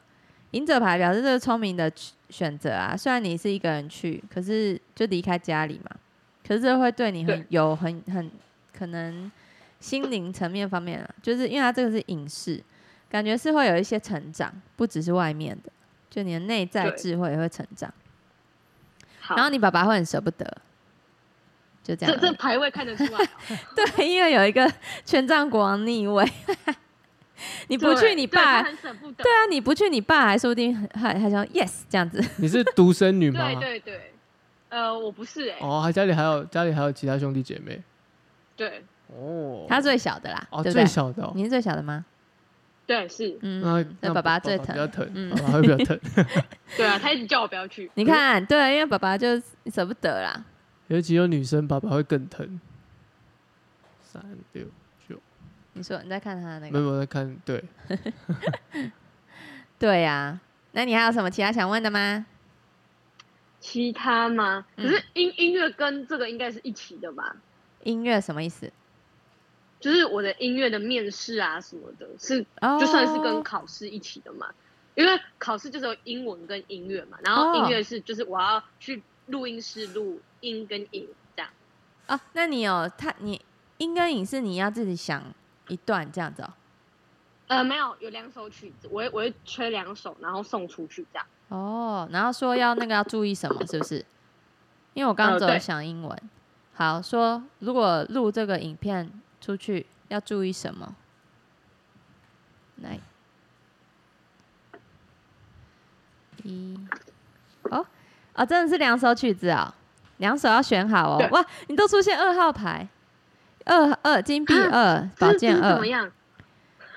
Speaker 2: 赢者牌表示这是聪明的选择啊。虽然你是一个人去，可是就离开家里嘛，可是这会对你很
Speaker 4: 对
Speaker 2: 有很很可能心灵层面方面啊，就是因为它这个是影视，感觉是会有一些成长，不只是外面的，就你的内在
Speaker 4: 对
Speaker 2: 智慧也会成长。
Speaker 4: 好，
Speaker 2: 然后你爸爸会很舍不得，就这样
Speaker 4: 这
Speaker 2: 而已。
Speaker 4: 这排位看得出来哦，
Speaker 2: 对，因为有一个权杖国王逆位， [LAUGHS] 你 [LAUGHS] 不去
Speaker 4: 对
Speaker 2: 你
Speaker 4: 对他
Speaker 2: 爸，对
Speaker 4: 很舍不得，
Speaker 2: 啊，你不去你爸还说不定还还想 yes 这样子，
Speaker 1: 你是独生女
Speaker 2: [LAUGHS]
Speaker 1: 吗
Speaker 4: 对？对对，呃，我不是哎，
Speaker 1: 哦，还家里还有家里还有其他兄弟姐妹
Speaker 4: 对
Speaker 1: 哦，
Speaker 2: 他最小的啦，
Speaker 1: 哦，
Speaker 2: 对不
Speaker 1: 最
Speaker 2: 对？
Speaker 1: 小的、哦，
Speaker 2: 你是最小的吗？
Speaker 4: 对是，
Speaker 1: 那
Speaker 2: 嗯，
Speaker 1: 那
Speaker 2: 那爸爸最
Speaker 1: 比较
Speaker 2: 疼。
Speaker 1: 疼，
Speaker 2: 嗯
Speaker 1: 爸爸会比较疼， [LAUGHS]
Speaker 4: 对啊，他一直叫我不要去，
Speaker 2: 你看，对，因为爸爸就舍不得啦。
Speaker 1: 尤其有女生，爸爸会更疼。三六，
Speaker 2: 你说你在看他的那
Speaker 1: 没
Speaker 2: 个？
Speaker 1: 有我在看，对， [LAUGHS]
Speaker 2: 对呀、那你还有什么其他想问的吗？
Speaker 4: 其他吗？可
Speaker 2: 嗯
Speaker 4: 是音音乐跟这个应该是一起的吧？
Speaker 2: 音乐什么意思？
Speaker 4: 就是我的音乐的面试啊什么的，是
Speaker 2: 哦，
Speaker 4: 就算是跟考试一起的嘛。因为考试就是有英文跟音乐嘛，然后
Speaker 2: 哦
Speaker 4: 音乐是就是我要去
Speaker 3: 录音室录音跟影这样。
Speaker 2: 啊，那你有他你音跟影是你要自己想一段这样子哦。
Speaker 3: 呃，没有，有两首曲子，我会我会吹两首，然后送出去这样。
Speaker 2: 哦，然后说要那个要注意什么，是不是？因为我刚刚
Speaker 3: 呃
Speaker 2: 只有
Speaker 3: 对
Speaker 2: 想英文。好，说如果录这个影片出去要注意什么？来，一，哦，哦，真的是两首曲子哦，两首要选好哦
Speaker 3: 对。
Speaker 2: 哇，你都出现二号牌，二二金币二、宝
Speaker 3: 啊这
Speaker 2: 剑
Speaker 3: 这是怎
Speaker 2: 二
Speaker 3: 么，样？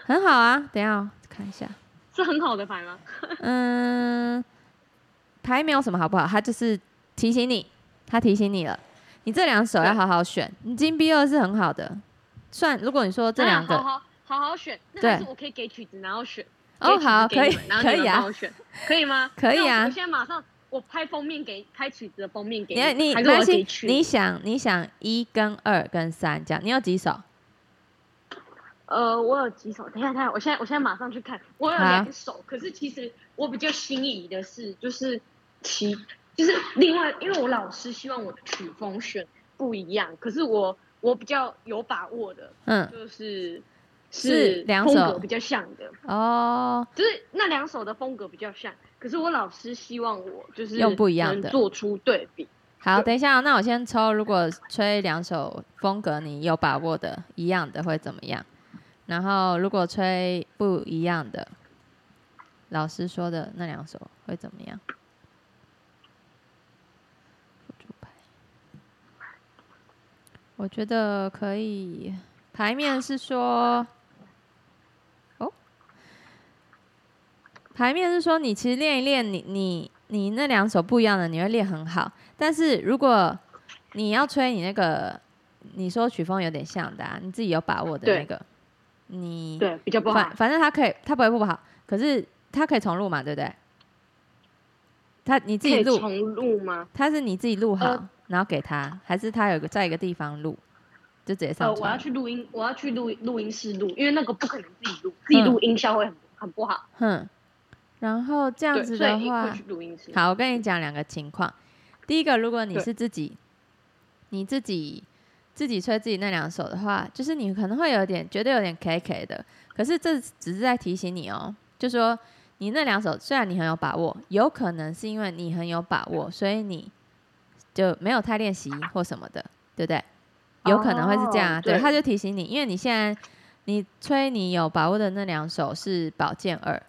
Speaker 2: 很好啊。等一下哦看一下，
Speaker 3: 是很好的牌吗？
Speaker 2: 嗯，牌没有什么好不好，他就是提醒你，他提醒你了，你这两手要好好选。你金 B 二是很好的，算如果你说这两个、
Speaker 3: 啊好好好好选，那还
Speaker 2: 对
Speaker 3: 是我可以给曲子，然后选。
Speaker 2: 哦
Speaker 3: 给曲子
Speaker 2: 好可
Speaker 3: 给你
Speaker 2: 以
Speaker 3: 们
Speaker 2: 可以
Speaker 3: 然后你们
Speaker 2: 啊
Speaker 3: 帮我选可以吗？
Speaker 2: [LAUGHS] 可以
Speaker 3: 那我
Speaker 2: 啊
Speaker 3: 我现在马上我拍封面给拍曲子的封面给
Speaker 2: 你你
Speaker 3: 还
Speaker 2: 没
Speaker 3: 是我
Speaker 2: 关
Speaker 3: 要给
Speaker 2: 系，
Speaker 3: 曲？
Speaker 2: 你想你想一跟二跟三这样，你有几手？
Speaker 3: 呃，我有几首，等一下，等一下，我现在我现在马上去看，我有
Speaker 2: 好
Speaker 3: 两首，可是其实我比较心仪的是，就是其就是另外，因为我老师希望我的曲风选不一样，可是我我比较有把握的，
Speaker 2: 嗯，
Speaker 3: 就是
Speaker 2: 是两
Speaker 3: 风
Speaker 2: 首
Speaker 3: 格比较像的，
Speaker 2: 哦，
Speaker 3: 就是那两首的风格比较像，可是我老师希望我就是
Speaker 2: 用不一样的
Speaker 3: 能做出对比，
Speaker 2: 好，等一下哦、那我先抽，如果吹两首风格你有把握的一样的会怎么样？然后如果吹不一样的，老师说的那两首会怎么样？辅助牌我觉得可以。牌面是说，哦，牌面是说你其实练一练，你你你那两首不一样的，你会练很好。但是如果你要吹你那个，你说曲风有点像的、啊，你自己有把握的那
Speaker 3: 对
Speaker 2: 个，你
Speaker 3: 对，比较不好
Speaker 2: 反，反正他可以，他不会不好，可是他可以重录嘛，对不对？他你自
Speaker 3: 可
Speaker 2: 己
Speaker 3: 以
Speaker 2: 录，
Speaker 3: 重录吗？
Speaker 2: 他是你自己录好，
Speaker 3: 呃
Speaker 2: 然后给他，还是他有个在一个地方录，就直接
Speaker 3: 呃，
Speaker 2: 上
Speaker 3: 我要
Speaker 2: 传？
Speaker 3: 去录音，我要去录录音室录，因为那个不可能自己录，
Speaker 2: 嗯
Speaker 3: 自己录音效会很很不好。
Speaker 2: 哼、然后这样
Speaker 3: 对，
Speaker 2: 子
Speaker 3: 所以
Speaker 2: 的
Speaker 3: 一定
Speaker 2: 话
Speaker 3: 会，去录音室。
Speaker 2: 好，我跟你讲两个情况。第一个，如果你
Speaker 3: 对
Speaker 2: 是自己，你自己自己吹自己那两首的话，就是你可能会有点觉得有点 K K 的，可是这只是在提醒你哦，就说你那两首虽然你很有把握，有可能是因为你很有把握，所以你就没有太练习或什么的，对不对？有可能会是这样啊，
Speaker 3: 哦
Speaker 2: 对，
Speaker 3: 对
Speaker 2: 他就提醒你，因为你现在你吹你有把握的那两首是宝剑二，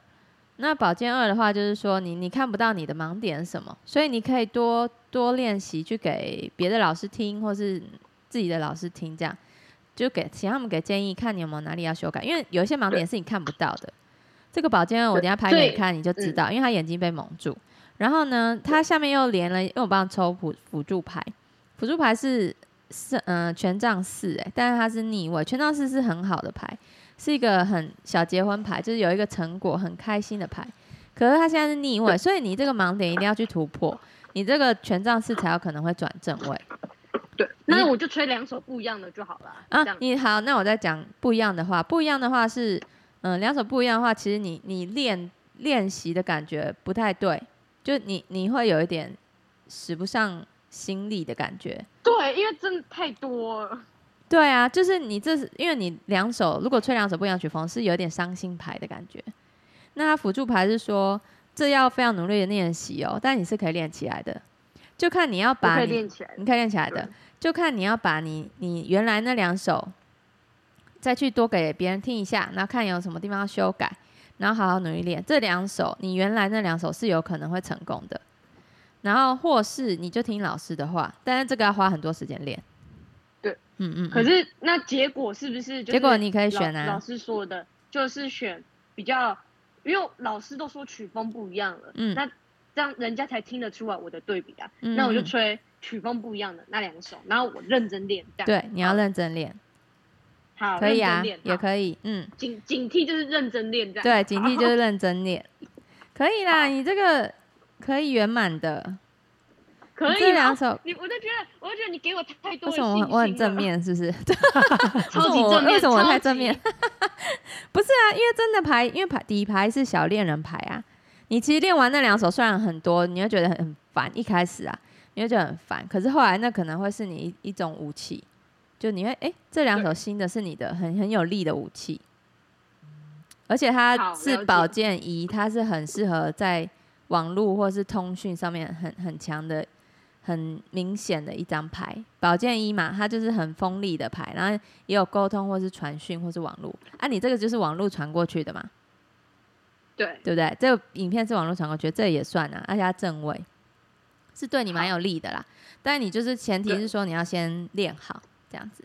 Speaker 2: 那宝剑二的话就是说你你看不到你的盲点是什么，所以你可以多多练习去给别的老师听，或是自己的老师听，这样就给请他们给建议，看你有没有哪里要修改，因为有一些盲点是你看不到的。这个宝剑二我等一下拍给你
Speaker 3: 对
Speaker 2: 看，你就知道，因为他眼睛被蒙住。然后呢，它下面又连了，因为我帮他抽辅辅助牌，辅助牌是是嗯、呃权杖四哎，但是它是逆位，权杖四是很好的牌，是一个很小结婚牌，就是有一个成果很开心的牌。可是它现在是逆位，所以你这个盲点一定要去突破，你这个权杖四才有可能会转正位
Speaker 3: 对，那我就吹两首不一样的就好了。
Speaker 2: 啊
Speaker 3: 这样。
Speaker 2: 你好，那我再讲不一样的话，不一样的话是嗯、呃两手不一样的话，其实你你练练习的感觉不太对，就你你会有一点使不上心力的感觉。
Speaker 3: 对，因为真的太多了。
Speaker 2: 对啊，就是你这是因为你两手如果吹两首不一样曲风是有点伤心牌的感觉。那它辅助牌是说这要非常努力的练习哦，但你是可以练起来的，就看你要
Speaker 3: 我
Speaker 2: 把
Speaker 3: 可以
Speaker 2: 你
Speaker 3: 练起来
Speaker 2: 你可以练起来的
Speaker 3: 对，
Speaker 2: 就看你要把你你原来那两首再去多给别人听一下，然后看有什么地方要修改，然后好好努力练这两首，你原来那两首是有可能会成功的。然后或是你就听老师的话，但是这个要花很多时间练。
Speaker 3: 对，
Speaker 2: 嗯嗯嗯。
Speaker 3: 可是那结果是不是就
Speaker 2: 结
Speaker 3: 是
Speaker 2: 果你可以选啊
Speaker 3: 老老师说的，就是选比较，因为老师都说曲风不一样了，
Speaker 2: 嗯
Speaker 3: 那这样人家才听得出来我的对比啊。
Speaker 2: 嗯
Speaker 3: 那我就
Speaker 2: 嗯
Speaker 3: 吹曲风不一样的那两首，然后我认真练，这样
Speaker 2: 对，你要
Speaker 3: 好
Speaker 2: 认真练，
Speaker 3: 好，
Speaker 2: 可以啊
Speaker 3: 认真练，
Speaker 2: 也
Speaker 3: 以。
Speaker 2: 可以，嗯，
Speaker 3: 警警惕就是认真练，这样
Speaker 2: 对，
Speaker 3: [LAUGHS]
Speaker 2: 警惕就是认真练，可以啦，你这个可以圆满的，
Speaker 3: 可
Speaker 2: 你
Speaker 3: 以
Speaker 2: 这
Speaker 3: 吗
Speaker 2: 两首。
Speaker 3: 你我就觉得，我就觉得你给我太多
Speaker 2: 为什
Speaker 3: 的信
Speaker 2: 么
Speaker 3: 心啊
Speaker 2: 我
Speaker 3: 了
Speaker 2: 很我很正，面？是不是？
Speaker 3: 超级
Speaker 2: 为什么我
Speaker 3: 正面，
Speaker 2: 为什么我太
Speaker 3: 超级
Speaker 2: 正面？ [LAUGHS] 不是啊，因为真的牌，因为牌底牌是小恋人牌啊。你其实练完那两首虽然很多，你会觉得很很烦，一开始啊，因因为就很烦。可是后来那可能会是你一一种武器，就你会哎、诶这两首新的是你的很很有力的武器，而且它
Speaker 3: 好
Speaker 2: 是
Speaker 3: 了解
Speaker 2: 保健仪，它是很适合在网络或是通讯上面很很强的、很明显的一张牌。保健仪嘛，它就是很锋利的牌，然后也有沟通或是传讯或是网络啊，你这个就是网络传过去的嘛。
Speaker 3: 对，
Speaker 2: 对不对？这个影片是网络传过去，这也算啊，而且它正位是对你蛮有利的啦。但你就是前提是说你要先练好这样子。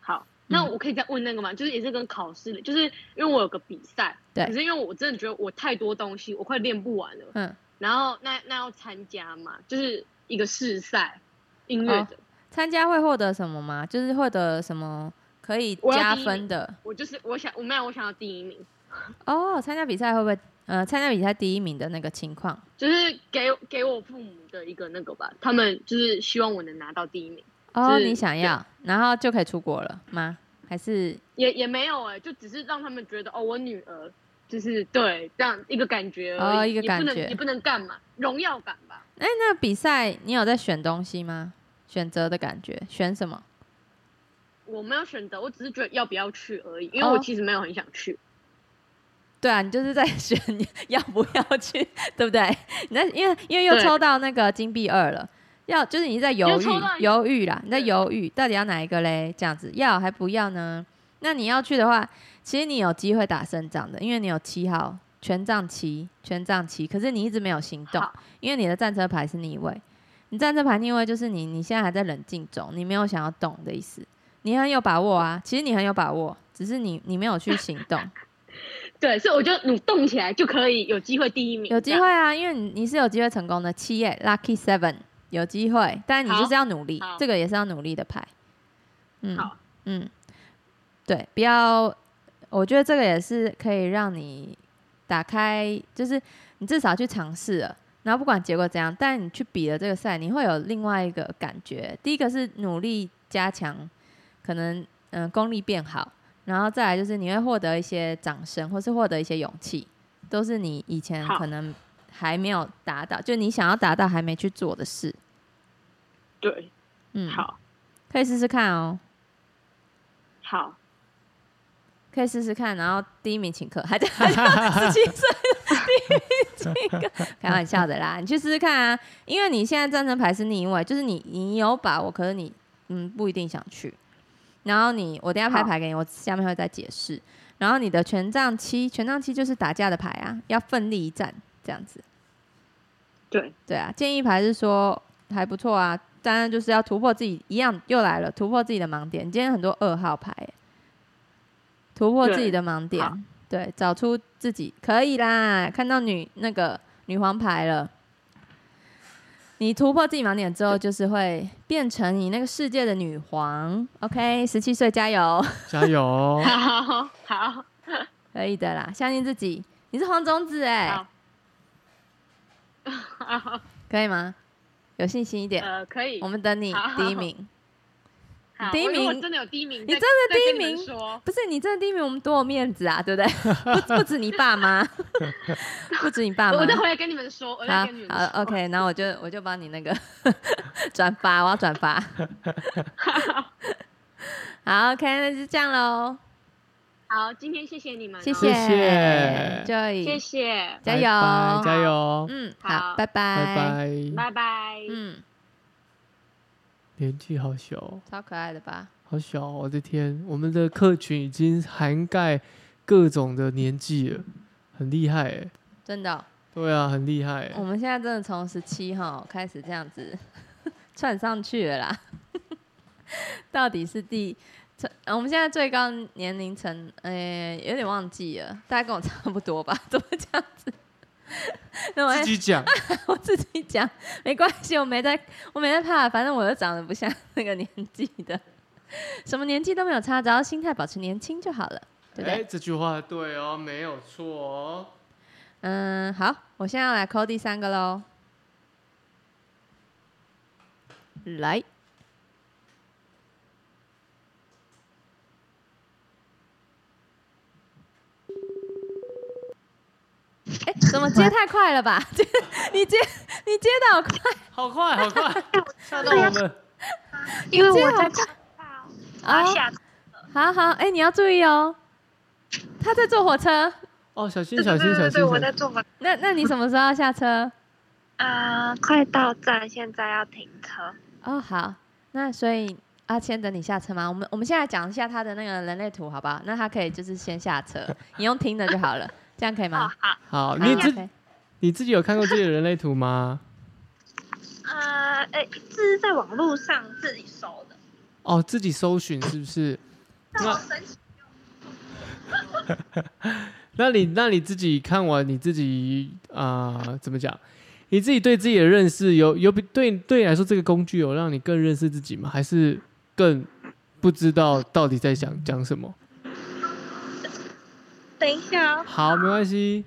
Speaker 3: 好，那
Speaker 2: 嗯
Speaker 3: 我可以再问那个吗？就是也是跟考试的，就是因为我有个比赛，
Speaker 2: 对
Speaker 3: 可是因为我真的觉得我太多东西，我快练不完了。
Speaker 2: 嗯，
Speaker 3: 然后那那要参加嘛，就是一个试赛，音乐的，
Speaker 2: 参加会获得什么吗？就是获得什么可以
Speaker 3: 我要
Speaker 2: 加
Speaker 3: 第一
Speaker 2: 分
Speaker 3: 名
Speaker 2: 的
Speaker 3: 我就是我想我没有我想要第一名，
Speaker 2: 哦。参加比赛会不会？呃，参加比赛第一名的那个情况
Speaker 3: 就是给给我父母的一个那个吧，他们就是希望我能拿到第一名，
Speaker 2: 哦，
Speaker 3: 是
Speaker 2: 你想要，然后就可以出国了吗？还是
Speaker 3: 也也没有哎、就只是让他们觉得哦，我女儿就是对这样一个感觉而已，
Speaker 2: 哦一个感
Speaker 3: 也不能
Speaker 2: 觉
Speaker 3: 也不能干嘛，荣耀感吧。
Speaker 2: 哎，那比赛你有在选东西吗？选择的感觉，选什么？
Speaker 3: 我没有选择，我只是觉得要不要去而已，因为我
Speaker 2: 哦
Speaker 3: 其实没有很想去。
Speaker 2: 对啊，你就是
Speaker 3: [LAUGHS]
Speaker 2: 在选你要不要去，对不对？你在因为因为又
Speaker 3: 对
Speaker 2: 抽到那个金币二了，要就是你在犹
Speaker 3: 又
Speaker 2: 豫
Speaker 3: 抽到一
Speaker 2: 犹豫啦，你在
Speaker 3: 对
Speaker 2: 犹豫到底要哪一个嘞？这样子要还不要呢？那你要去的话，其实你有机会打胜仗的，因为你有七号权杖七，权杖七，可是你一直没有行动
Speaker 3: 好，
Speaker 2: 因为你的战车牌是逆位，你战车牌逆位就是你你现在还在冷静中，你没有想要动的意思，你很有把握啊，其实你很有把握，只是你你没有去行动。
Speaker 3: 对，所以我就努动起来就可以有机会第一名，
Speaker 2: 有机会啊，因为你你是有机会成功的，七耶，lucky seven 有机会，但你就是要努力
Speaker 3: 好，
Speaker 2: 这个也是要努力的牌。嗯
Speaker 3: 好
Speaker 2: 嗯，对，不要，我觉得这个也是可以让你打开，就是你至少去尝试了，然后不管结果怎样，但你去比了这个赛，你会有另外一个感觉。第一个是努力加强，可能嗯、呃功力变好，然后再来就是你会获得一些掌声，或是获得一些勇气，都是你以前
Speaker 3: 好
Speaker 2: 可能还没有达到，就你想要达到还没去做的事。
Speaker 3: 这样。
Speaker 2: 嗯
Speaker 3: 对，，好，
Speaker 2: 可以试试看哦，
Speaker 3: 好，
Speaker 2: 可以试试看。然后第一名请客，还在还在十七岁，第一名请客，开玩笑的啦，你去试试看啊，因为你现在战争牌是逆位，就是你你有把握，可是你嗯不一定想去。然后你，我等一下拍牌给你，我下面会再解释。然后你的权杖七，权杖七就是打架的牌啊，要奋力一战这样子。 [LAUGHS]
Speaker 3: 对，
Speaker 2: 对啊，建议牌是说还不错啊，当然就是要突破自己一样又来了，突破自己的盲点。你今天很多二号牌耶，突破自己的盲点
Speaker 3: 好，！
Speaker 2: 对，找出自己可以啦。看到女那个女皇牌了，你突破自己盲点之后，就是会变成你那个世界的女皇。OK，十七岁加油， [LAUGHS]
Speaker 1: 加油哦
Speaker 2: 哎
Speaker 3: 好，好，
Speaker 2: 可以的啦，相信自己。你是黄种子哎、
Speaker 3: 好好，
Speaker 2: 可以吗？有信心一点，
Speaker 3: [LAUGHS] 呃，可以
Speaker 2: 我。们等你
Speaker 3: 好
Speaker 2: 第一名。
Speaker 3: 好
Speaker 2: 第一
Speaker 3: 我如果
Speaker 2: 名
Speaker 3: 真的有第一名，
Speaker 2: 你
Speaker 3: 再
Speaker 2: 真的
Speaker 3: 再
Speaker 2: 第一
Speaker 3: 跟你们
Speaker 2: 名
Speaker 3: 说，
Speaker 2: 不是你这第一名，我们多有面子啊，对不对？ [LAUGHS] 不不止你爸妈， [LAUGHS] 不止你爸妈
Speaker 3: 我。再回来跟你们说，我再
Speaker 2: 啊好
Speaker 3: 跟你们
Speaker 2: 好
Speaker 3: 说。
Speaker 2: ，OK，然后我就我就帮你那个 [LAUGHS] 转发，我要转发。 [LAUGHS] 好，OK，那就这样喽，
Speaker 3: 好，今天谢谢你们哦，
Speaker 2: 谢
Speaker 1: 谢谢
Speaker 2: Joy，
Speaker 3: 谢谢，
Speaker 2: 加
Speaker 1: 拜
Speaker 2: 油
Speaker 1: 拜加油，
Speaker 2: 嗯，
Speaker 3: 好
Speaker 2: 好，拜拜，
Speaker 1: 拜，拜。
Speaker 3: 拜拜。
Speaker 2: 嗯，
Speaker 1: 年纪好小哦，
Speaker 2: 超可爱的吧？
Speaker 1: 好小哦，我的天！我们的客群已经涵盖各种的年纪了，很厉害哎。
Speaker 2: 真的哦、
Speaker 1: 对啊，很厉害
Speaker 2: 我
Speaker 1: 欸。
Speaker 2: 们现在真的从十七号开始这样子 [LAUGHS] 窜上去了啦。 [LAUGHS] 到底是第，这呃我们现在最高年龄层，呃、有点忘记了，大概跟我差不多吧？怎么这样子？ [LAUGHS] 那我
Speaker 1: 自己讲，
Speaker 2: 我自己讲，没关系，我没在，我没在怕，反正我又长得不像那个年纪的， [LAUGHS] 什么年纪都没有差，只要心态保持年轻就好了， [LAUGHS] 对不对？
Speaker 1: 哎，这句话对哦，没有错哦。
Speaker 2: 嗯，好，我现在要来扣第三个喽。来，哎、怎么接太快了吧？ [LAUGHS] 接你接你接的好快
Speaker 1: 好快，好
Speaker 2: [LAUGHS]
Speaker 1: 快，吓到我们！
Speaker 3: 因为我在
Speaker 2: 这
Speaker 3: 发
Speaker 2: 哦，
Speaker 3: 下，
Speaker 2: 好好，哎、你要注意哦。他在坐火车，
Speaker 1: 哦，小心，
Speaker 5: 对
Speaker 1: 小
Speaker 5: 对
Speaker 1: 心，小
Speaker 5: 对
Speaker 1: 心
Speaker 5: 对，！我
Speaker 1: 小
Speaker 5: 在
Speaker 1: 心
Speaker 5: 做嘛
Speaker 2: 那那你什么时候要下车？
Speaker 5: 啊，快到站，现在要停车。
Speaker 2: 哦，好，那所以阿谦等你下车吗？我们我们现在讲一下他的那个人类图，好不好？那他可以就是先下车，你用听的就好了，这样可以
Speaker 5: 哦
Speaker 2: 吗？，
Speaker 5: 好，
Speaker 1: 好，
Speaker 2: 好
Speaker 1: 你自
Speaker 2: OK
Speaker 1: 你自己有看过自己的人类图吗？ [LAUGHS]
Speaker 5: 呃，哎，这是在网络上自己搜的，
Speaker 1: 哦，自己搜寻是不
Speaker 5: [LAUGHS]
Speaker 1: 是？
Speaker 5: 好
Speaker 1: 那
Speaker 5: 神奇。
Speaker 1: 那你那你自己看完你自己啊、呃怎么讲？你自己对自己的认识有有比对对你来说这个工具有让你更认识自己吗？还是更不知道到底在想讲什么？
Speaker 5: 等一下哦，
Speaker 1: 好，没关系。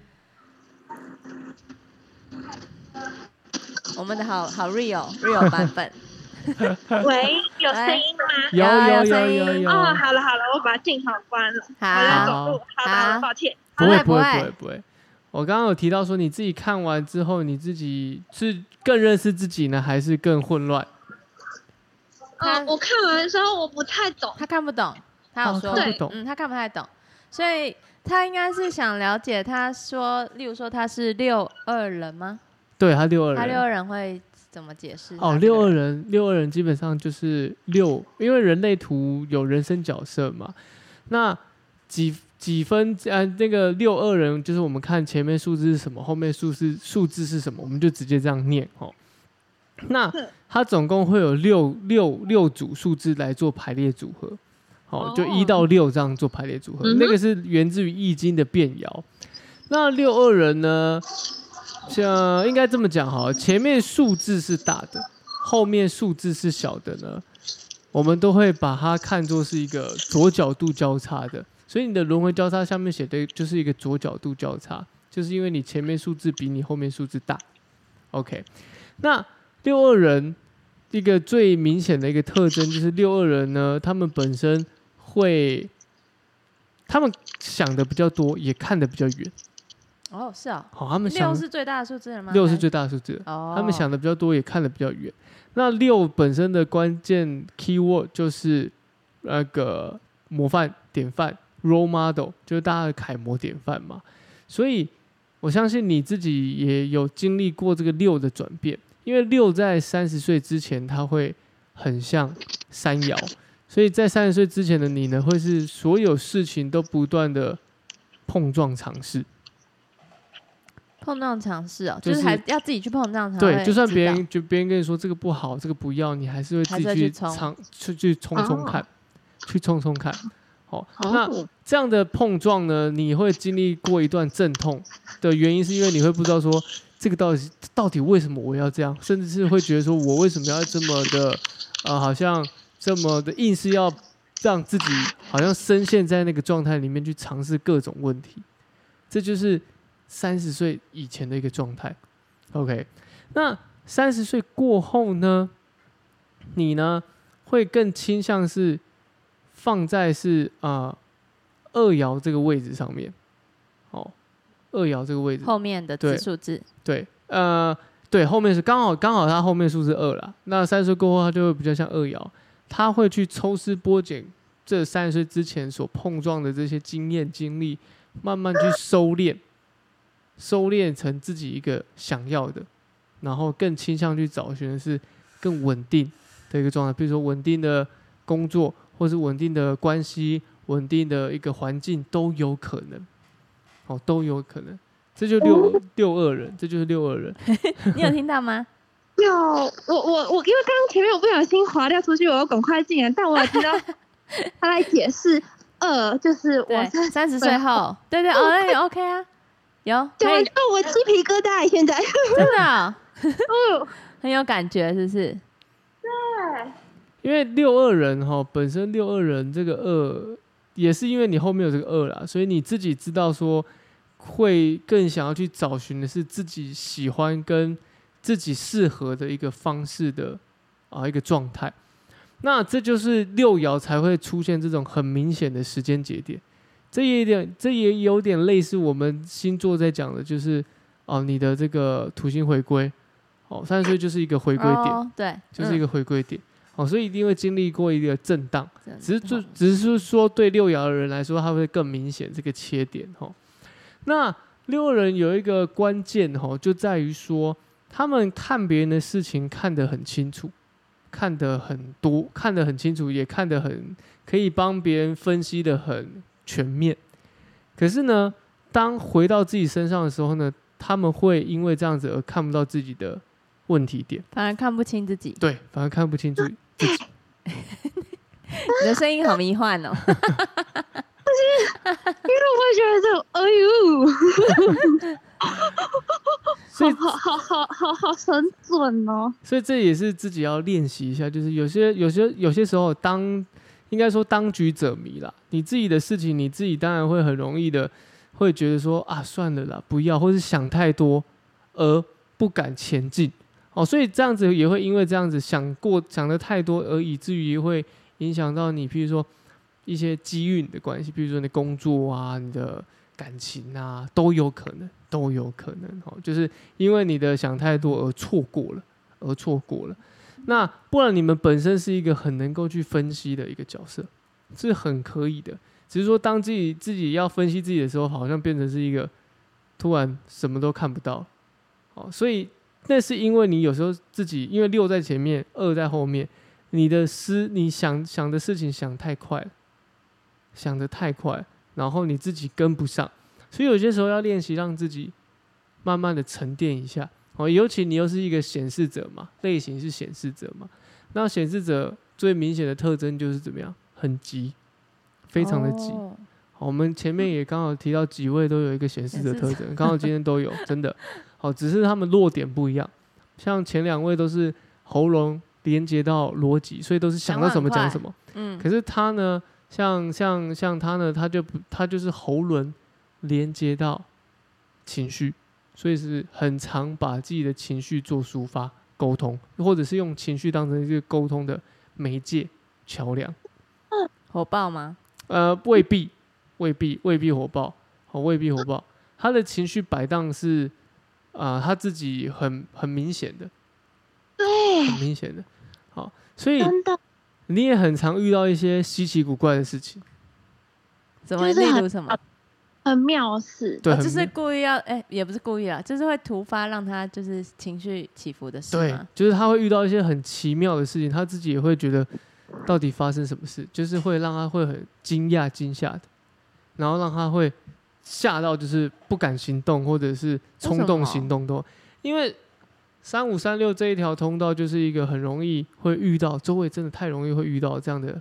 Speaker 2: 我们的好好 real real 版本，
Speaker 5: 喂，有声音吗？
Speaker 1: 有
Speaker 2: 有
Speaker 1: 有有
Speaker 2: 声
Speaker 1: 有
Speaker 2: 音
Speaker 1: 有，
Speaker 5: 哦，好了好了，我把镜头关了，我在
Speaker 2: 好，
Speaker 5: 走路，好的好的，抱歉。
Speaker 1: 不会
Speaker 2: 不
Speaker 1: 不
Speaker 2: 会
Speaker 1: 会不会不会。我刚刚有提到说，你自己看完之后，你自己是更认识自己呢，还是更混乱？
Speaker 2: 他
Speaker 5: 嗯，我看完之后我不太懂，
Speaker 2: 他看不懂，他有
Speaker 1: 哦
Speaker 2: 说、
Speaker 1: 看不懂
Speaker 2: 嗯，他看不太懂，所以他应该是想了解，他说，例如说他是六二人吗？
Speaker 1: 对，他六二
Speaker 2: 他
Speaker 1: 人
Speaker 2: 六二人会怎么解释？
Speaker 1: 哦，六二，人，六二人基本上就是六，因为人类图有人生角色嘛。那几几分呃，那个六二人就是我们看前面数字是什么，后面数字数字是什么，我们就直接这样念哦。那它总共会有六六六组数字来做排列组合，哦，就一
Speaker 2: 哦
Speaker 1: 到六这样做排列组合。那个是源自于易经的变爻。那六二人呢？像应该这么讲哈，前面数字是大的，后面数字是小的呢，我们都会把它看作是一个左角度交叉的。所以你的轮回交叉下面写的就是一个左角度交叉，就是因为你前面数字比你后面数字大。OK，那六二人一个最明显的一个特征就是六二人呢，他们本身会，他们想的比较多，也看得比较远。
Speaker 2: 哦，是哦，
Speaker 1: 好、他们想
Speaker 2: 六是最大的数字了吗？
Speaker 1: 六是最大的数字，
Speaker 2: 哦，
Speaker 1: 他们想的比较多，也看得比较远。那六本身的关键 keyword 就是那个模范、典范、role model，就是大家的楷模典范嘛。所以我相信你自己也有经历过这个六的转变，因为六在三十岁之前，它会很像山摇，所以在三十岁之前的你呢，会是所有事情都不断的碰撞尝试。
Speaker 2: 碰撞尝试哦，
Speaker 1: 就
Speaker 2: 就是是还要自己去碰撞才哎会知道。
Speaker 1: 对，就算别人就别人跟你说这个不好，这个不要，你还是会自
Speaker 2: 还
Speaker 1: 己
Speaker 2: 是会
Speaker 1: 去
Speaker 2: 去冲哦
Speaker 1: 尝去去冲冲看，去冲冲看。哦，那
Speaker 3: 哦
Speaker 1: 这样的碰撞呢，你会经历过一段阵痛的原因，是因为你会不知道说这个到底是到底为什么我要这样，甚至是会觉得说我为什么要这么的呃，好像这么的硬是要让自己好像深陷在那个状态里面去尝试各种问题，这就是三十岁以前的一个状态。OK，那三十岁过后呢，你呢会更倾向是放在是啊、呃、二爻这个位置上面，哦，二爻这个
Speaker 5: 嗯
Speaker 1: 位置，
Speaker 2: 后面的
Speaker 1: 对
Speaker 2: 字数字
Speaker 1: 对，呃，对，后面是刚好刚好它后面数字二啦。那三十岁过后，它就会比较像二爻，它会去抽丝剥茧这三十岁之前所碰撞的这些经验经历，慢慢去收敛，收敛成自己一个想要的，然后更倾向去找寻的是更稳定的一个状态，比如说稳定的工作，或是稳定的关系、稳定的一个环境都有可能，哦，都有可能。这就六六二人，这就是六二人。
Speaker 2: 你有听到
Speaker 5: [LAUGHS]
Speaker 2: 吗？
Speaker 5: 有我我我，因为刚刚前面我不小心滑掉出去，我要赶快进来，但我有听到他来解释二，就是我
Speaker 2: 对，
Speaker 5: 是
Speaker 2: 三十岁后，对对，哦，那也 OK 啊，有，可
Speaker 5: 对
Speaker 2: 以，
Speaker 5: 哦，我鸡皮疙瘩现在。
Speaker 2: 真的哦
Speaker 5: 哦，
Speaker 2: 很有感觉，是不是？
Speaker 1: 因为六二人哈，本身六二人这个二也是因为你后面有这个二啦，所以你自己知道说会更想要去找寻的是自己喜欢跟自己适合的一个方式的啊一个状态。那这就是六爻才会出现这种很明显的时间节点，这也有点，这也有点类似我们星座在讲的，就是哦你的这个土星回归，哦三十岁就是一个回归点，
Speaker 2: 哦对，
Speaker 1: 就是一
Speaker 2: 个
Speaker 1: 个回归点，哦所以一定会经历过一个震荡。
Speaker 2: 嗯
Speaker 1: 只是就
Speaker 2: 最
Speaker 1: 只是说对六爻的人来说，他会更明显这个切点哦。那六人有一个关键哦，就在于说他们看别人的事情看得很清楚，看得很多，看得很清楚，也看得很可以帮别人分析的很全面。可是呢，当回到自己身上的时候呢，他们会因为这样子而看不到自己的问题点，
Speaker 2: 反而看不清自己，
Speaker 1: 对，反而看不清楚自己。
Speaker 2: 你的声音好迷幻哦，
Speaker 5: 因为我会觉得这种，哎呦，
Speaker 1: 所以
Speaker 5: [LAUGHS] 好好好好好神准哦，
Speaker 1: 所以这也是自己要练习一下，就是有些有些有些时候当应该说当局者迷啦，你自己的事情你自己当然会很容易的会觉得说啊算了啦，不要，或是想太多而不敢前进哦，所以这样子也会因为这样子想过想的太多，而以至于会影响到你，譬如说一些机遇你的关系，比如说你的工作啊，你的。感情啊，都有可能，都有可能哦，就是因为你的想太多而错过了。而错过了。那不然你们本身是一个很能够去分析的一个角色，是很可以的。只是说当自己自己要分析自己的时候，好像变成是一个突然什么都看不到。哦，所以那是因为你有时候自己因为六在前面，二在后面，你的思你想想的事情想太快了，想得太快，然后你自己跟不上。所以有些时候要练习让自己慢慢的沉淀一下。哦，尤其你又是一个显示者嘛，类型是显示者嘛，那显示者最明显的特征就是怎么样，很急， [LAUGHS] 非常的急。
Speaker 2: 哦
Speaker 1: 好，我们前面也刚好提到几位都有一个显示者特征，刚好今天都有，真的。好，只是他们落点不一样，像前两位都是喉咙连接到逻辑，所以都是想到什么
Speaker 2: 讲
Speaker 1: 讲
Speaker 2: 话
Speaker 1: 什么。
Speaker 2: 嗯，
Speaker 1: 可是他呢，像像像他呢，他就不他就是喉轮连接到情绪，所以是很常把自己的情绪做抒发、沟通，或者是用情绪当成一个沟通的媒介桥梁。
Speaker 2: 火爆吗？
Speaker 1: 呃，未必，未必，未必火爆，哦，未必火爆。他的情绪摆荡是啊、他自己很很明显的，
Speaker 5: 对，
Speaker 1: 很明显的。好，所以
Speaker 5: 真的
Speaker 1: 你也很常遇到一些稀奇古怪的事情，
Speaker 2: 怎么
Speaker 5: 就是
Speaker 2: 例
Speaker 5: 很啊
Speaker 2: 如什么？
Speaker 5: 很妙事，
Speaker 1: 对，
Speaker 2: 哦
Speaker 1: 很
Speaker 2: 就是
Speaker 1: 明
Speaker 2: 故意要，哎、也不是故意啦，就是会突发让他就是情绪起伏的事
Speaker 1: 对
Speaker 2: 吗，
Speaker 1: 就是他会遇到一些很奇妙的事情，他自己也会觉得到底发生什么事，就是会让他会很惊讶、惊吓的，然后让他会吓到，就是不敢行动或者是冲动行动都，因为三五三六这一条通道就是一个很容易会遇到，周围真的太容易会遇到这样的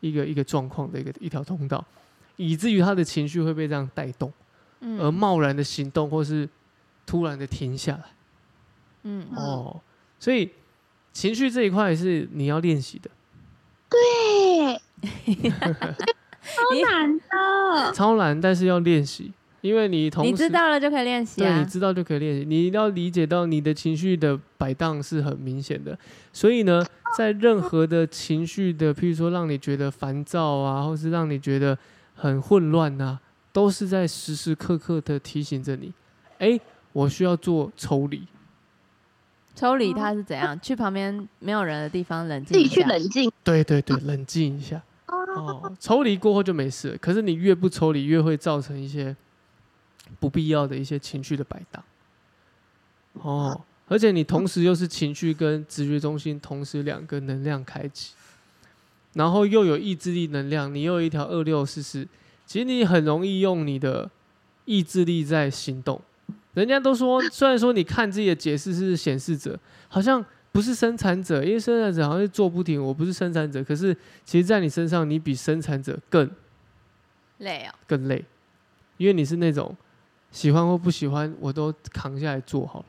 Speaker 1: 一个一个状况的一个一条通道，以至于他的情绪会被这样带动，
Speaker 2: 嗯
Speaker 1: 而贸然的行动或是突然的停下来。
Speaker 2: 嗯，
Speaker 5: 嗯
Speaker 1: 哦，所以情绪这一块是你要练习的，
Speaker 5: 对，
Speaker 2: 你
Speaker 5: 超难的，
Speaker 1: 超难，但是要练习，因为你同时
Speaker 2: 你知道了就可以练习
Speaker 1: 对，
Speaker 2: 啊
Speaker 1: 你。知道就可以练习。你要理解到你的情绪的摆荡是很明显的，所以呢，在任何的情绪的，譬如说让你觉得烦躁啊，或是让你觉得很混乱啊，都是在时时刻刻的提醒着你，哎，我需要做抽离，
Speaker 2: 抽离他是怎样？去旁边没有人的地方冷
Speaker 5: 自
Speaker 2: 静一
Speaker 5: 己去
Speaker 2: 下。
Speaker 5: 冷静
Speaker 1: 对对对，冷静一下。 [LAUGHS] 哦，抽离过后就没事了。可是你越不抽离，越会造成一些不必要的一些情绪的摆荡。哦，而且你同时又是情绪跟直觉中心同时两个能量开启，然后又有意志力能量，你又有一条二六四四，其实你很容易用你的意志力在行动。人家都说，虽然说你看自己的解释是显示者，好像不是生产者，因为生产者好像是坐不停，我不是生产者。可是其实，在你身上，你比生产者更
Speaker 2: 累哦，
Speaker 1: 更累，因为你是那种喜欢或不喜欢我都扛下来做好了，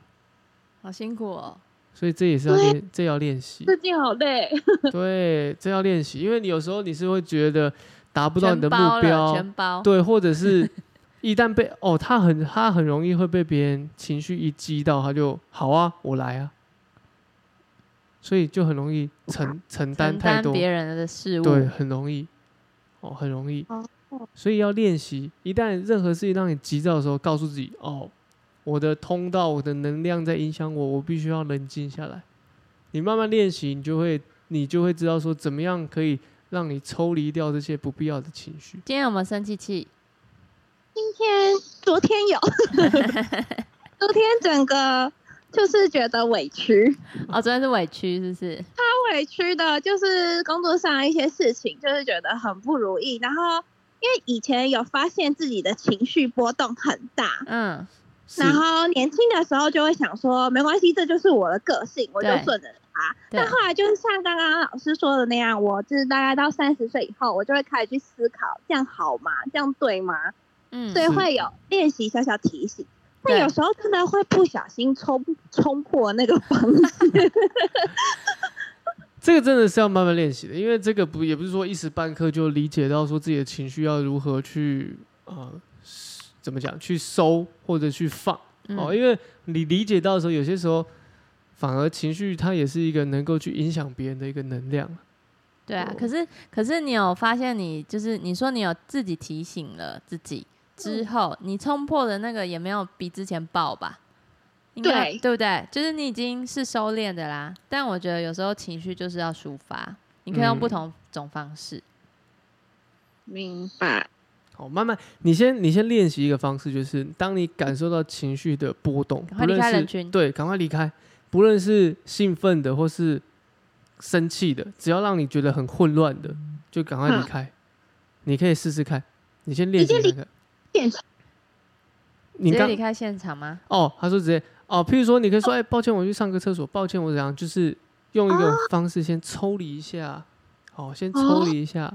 Speaker 2: 好辛苦哦。
Speaker 1: 所以这也是要练，这要练习。
Speaker 5: 最近好累，
Speaker 1: 对，这要练习，因为你有时候你是会觉得达不到你的
Speaker 2: 全包
Speaker 1: 目
Speaker 2: 了，
Speaker 1: 标，
Speaker 2: 全包。
Speaker 1: 对，或者是一旦被哦，他很他很容易会被别人情绪一激到，他就好啊，我来啊，所以就很容易承承担
Speaker 2: 承
Speaker 1: 太
Speaker 2: 担
Speaker 1: 多，
Speaker 2: 别人的事物。
Speaker 1: 对，很容易，哦，很容易
Speaker 5: 哦，
Speaker 1: 所以要练习。一旦任何事情让你急躁的时候，告诉自己，哦，我的通道、我的能量在影响我，我必须要冷静下来。你慢慢练习，你就会你就会知道说怎么样可以让你抽离掉这些不必要的情绪。
Speaker 2: 今天有没有生气气？
Speaker 5: 今天、昨天有，昨天整个就是觉得委屈，
Speaker 2: 哦，昨天是委屈
Speaker 1: [LAUGHS]
Speaker 2: 是不是？
Speaker 5: 超委屈的，就是工作上一些事情，就是觉得很不如意。然后因为以前有发现自己的情绪波动很大，
Speaker 2: 嗯，
Speaker 1: 是
Speaker 5: 然后年轻的时候就会想说，没关系，这就是我的个性，我就
Speaker 2: 对
Speaker 5: 顺着它。
Speaker 2: 对
Speaker 5: 但后来就是像刚刚老师说的那样，我就是大概到三十岁以后，我就会开始去思考，这样好吗？这样对吗？
Speaker 2: 嗯，
Speaker 5: 所以
Speaker 1: 是
Speaker 5: 会有练习小小提醒。但
Speaker 2: 对
Speaker 5: 有时候真的会不小心冲冲破那个防线，
Speaker 1: 这个真的是要慢慢练习的，因为这个不也不是说一时半刻就理解到说自己的情绪要如何去啊、呃怎么讲去收或者去放
Speaker 2: 嗯
Speaker 1: 哦，因为你理解到的时候，有些时候反而情绪它也是一个能够去影响别人的一个能量。
Speaker 2: 对啊，
Speaker 1: 我
Speaker 2: 可是可是你有发现你就是你说你有自己提醒了自己
Speaker 1: 嗯
Speaker 2: 之后，你冲破的那个也没有比之前爆吧？应该
Speaker 5: 对
Speaker 2: 对不对？就是你已经是收敛的啦。但我觉得有时候情绪就是要抒发，你可以用
Speaker 1: 嗯
Speaker 2: 不同种方式。
Speaker 5: 明白？
Speaker 1: 好，慢慢，你先你先练习一个方式，就是当你感受到情绪的波动，不
Speaker 2: 赶快离
Speaker 1: 论
Speaker 2: 开
Speaker 1: 是
Speaker 2: 人群
Speaker 1: 对，赶快离开，不论是兴奋的或是生气的，只要让你觉得很混乱的，就赶快离
Speaker 5: 嗯
Speaker 2: [LAUGHS]
Speaker 1: 开。你可以试试看，你先练习
Speaker 5: 直接
Speaker 1: 看
Speaker 5: 离
Speaker 1: 看。
Speaker 5: 现场
Speaker 1: 你
Speaker 2: 直接
Speaker 1: 刚
Speaker 2: 离开现场吗？
Speaker 1: 哦，他说直接哦，譬如说你可以说，哎、抱歉，我去上个厕所，抱歉，我怎样，就是用一个方式先抽离一下，哦，先抽离一下。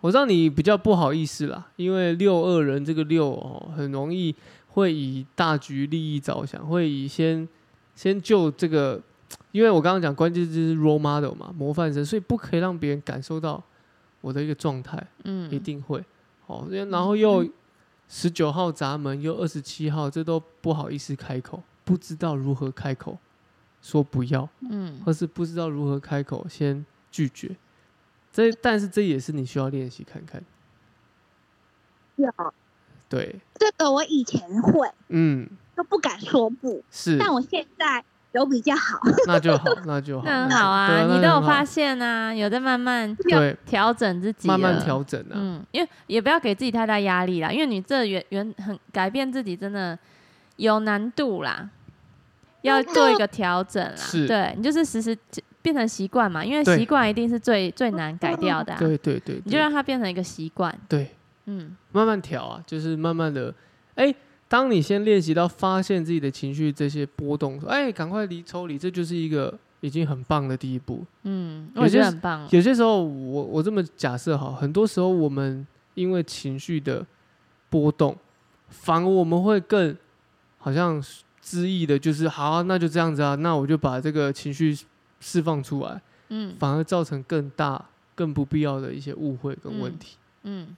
Speaker 1: 我知道你比较不好意思啦，因为六二人这个六哦，很容易会以大局利益着想，会以先先就这个，因为我刚刚讲关键字是 role model 嘛，模范生，所以不可以让别人感受到我的一个状态。
Speaker 2: 嗯，
Speaker 1: 一定会哦。因为然后又十九号闸门，又二十七号，这都不好意思开口，不知道如何开口说不要，
Speaker 2: 嗯，
Speaker 1: 或是不知道如何开口先拒绝。这但是这也是你需要练习看看。
Speaker 5: 有
Speaker 1: 对，
Speaker 5: 这个，我以前会
Speaker 1: 嗯，
Speaker 5: 都不敢说不，
Speaker 1: 是，
Speaker 5: 但我现在有比较好。
Speaker 1: [LAUGHS] 那就好，那就好，
Speaker 2: [LAUGHS] 那很
Speaker 1: 就
Speaker 2: 好
Speaker 1: 对那
Speaker 2: 啊，你都
Speaker 1: 就
Speaker 2: 有
Speaker 1: 好
Speaker 2: 发现啊，有在慢慢
Speaker 1: 对，
Speaker 2: 调整自己，
Speaker 1: 慢慢调。整啊。
Speaker 2: 嗯，因为也不要给自己太大压力啦，因为你这原原很改变自己真的有难度啦，要做一个调整啦。
Speaker 1: 是
Speaker 2: 对你就是时时变成习惯嘛，因为
Speaker 1: 对
Speaker 2: 习惯一定是最最难改掉的、啊。
Speaker 1: 对对对，
Speaker 2: 你就
Speaker 1: 对
Speaker 2: 让它变成一个习惯。
Speaker 1: 对
Speaker 2: 嗯，
Speaker 1: 慢慢调啊，就是慢慢的，哎、当你先练习到发现自己的情绪这些波动，哎、赶快离抽离，这就是一个已经很棒的第一步。
Speaker 2: 嗯，
Speaker 1: 有
Speaker 2: 我觉
Speaker 1: 些
Speaker 2: 得
Speaker 1: 是
Speaker 2: 很棒了。
Speaker 1: 有些时候我，我这么假设好，很多时候我们因为情绪的波动，反而我们会更好像恣意的，就是好啊、那就这样子啊，那我就把这个情绪释放出来，
Speaker 2: 嗯
Speaker 1: 反而造成更大、更不必要的一些误会跟问
Speaker 2: 嗯
Speaker 1: 题。
Speaker 2: 嗯，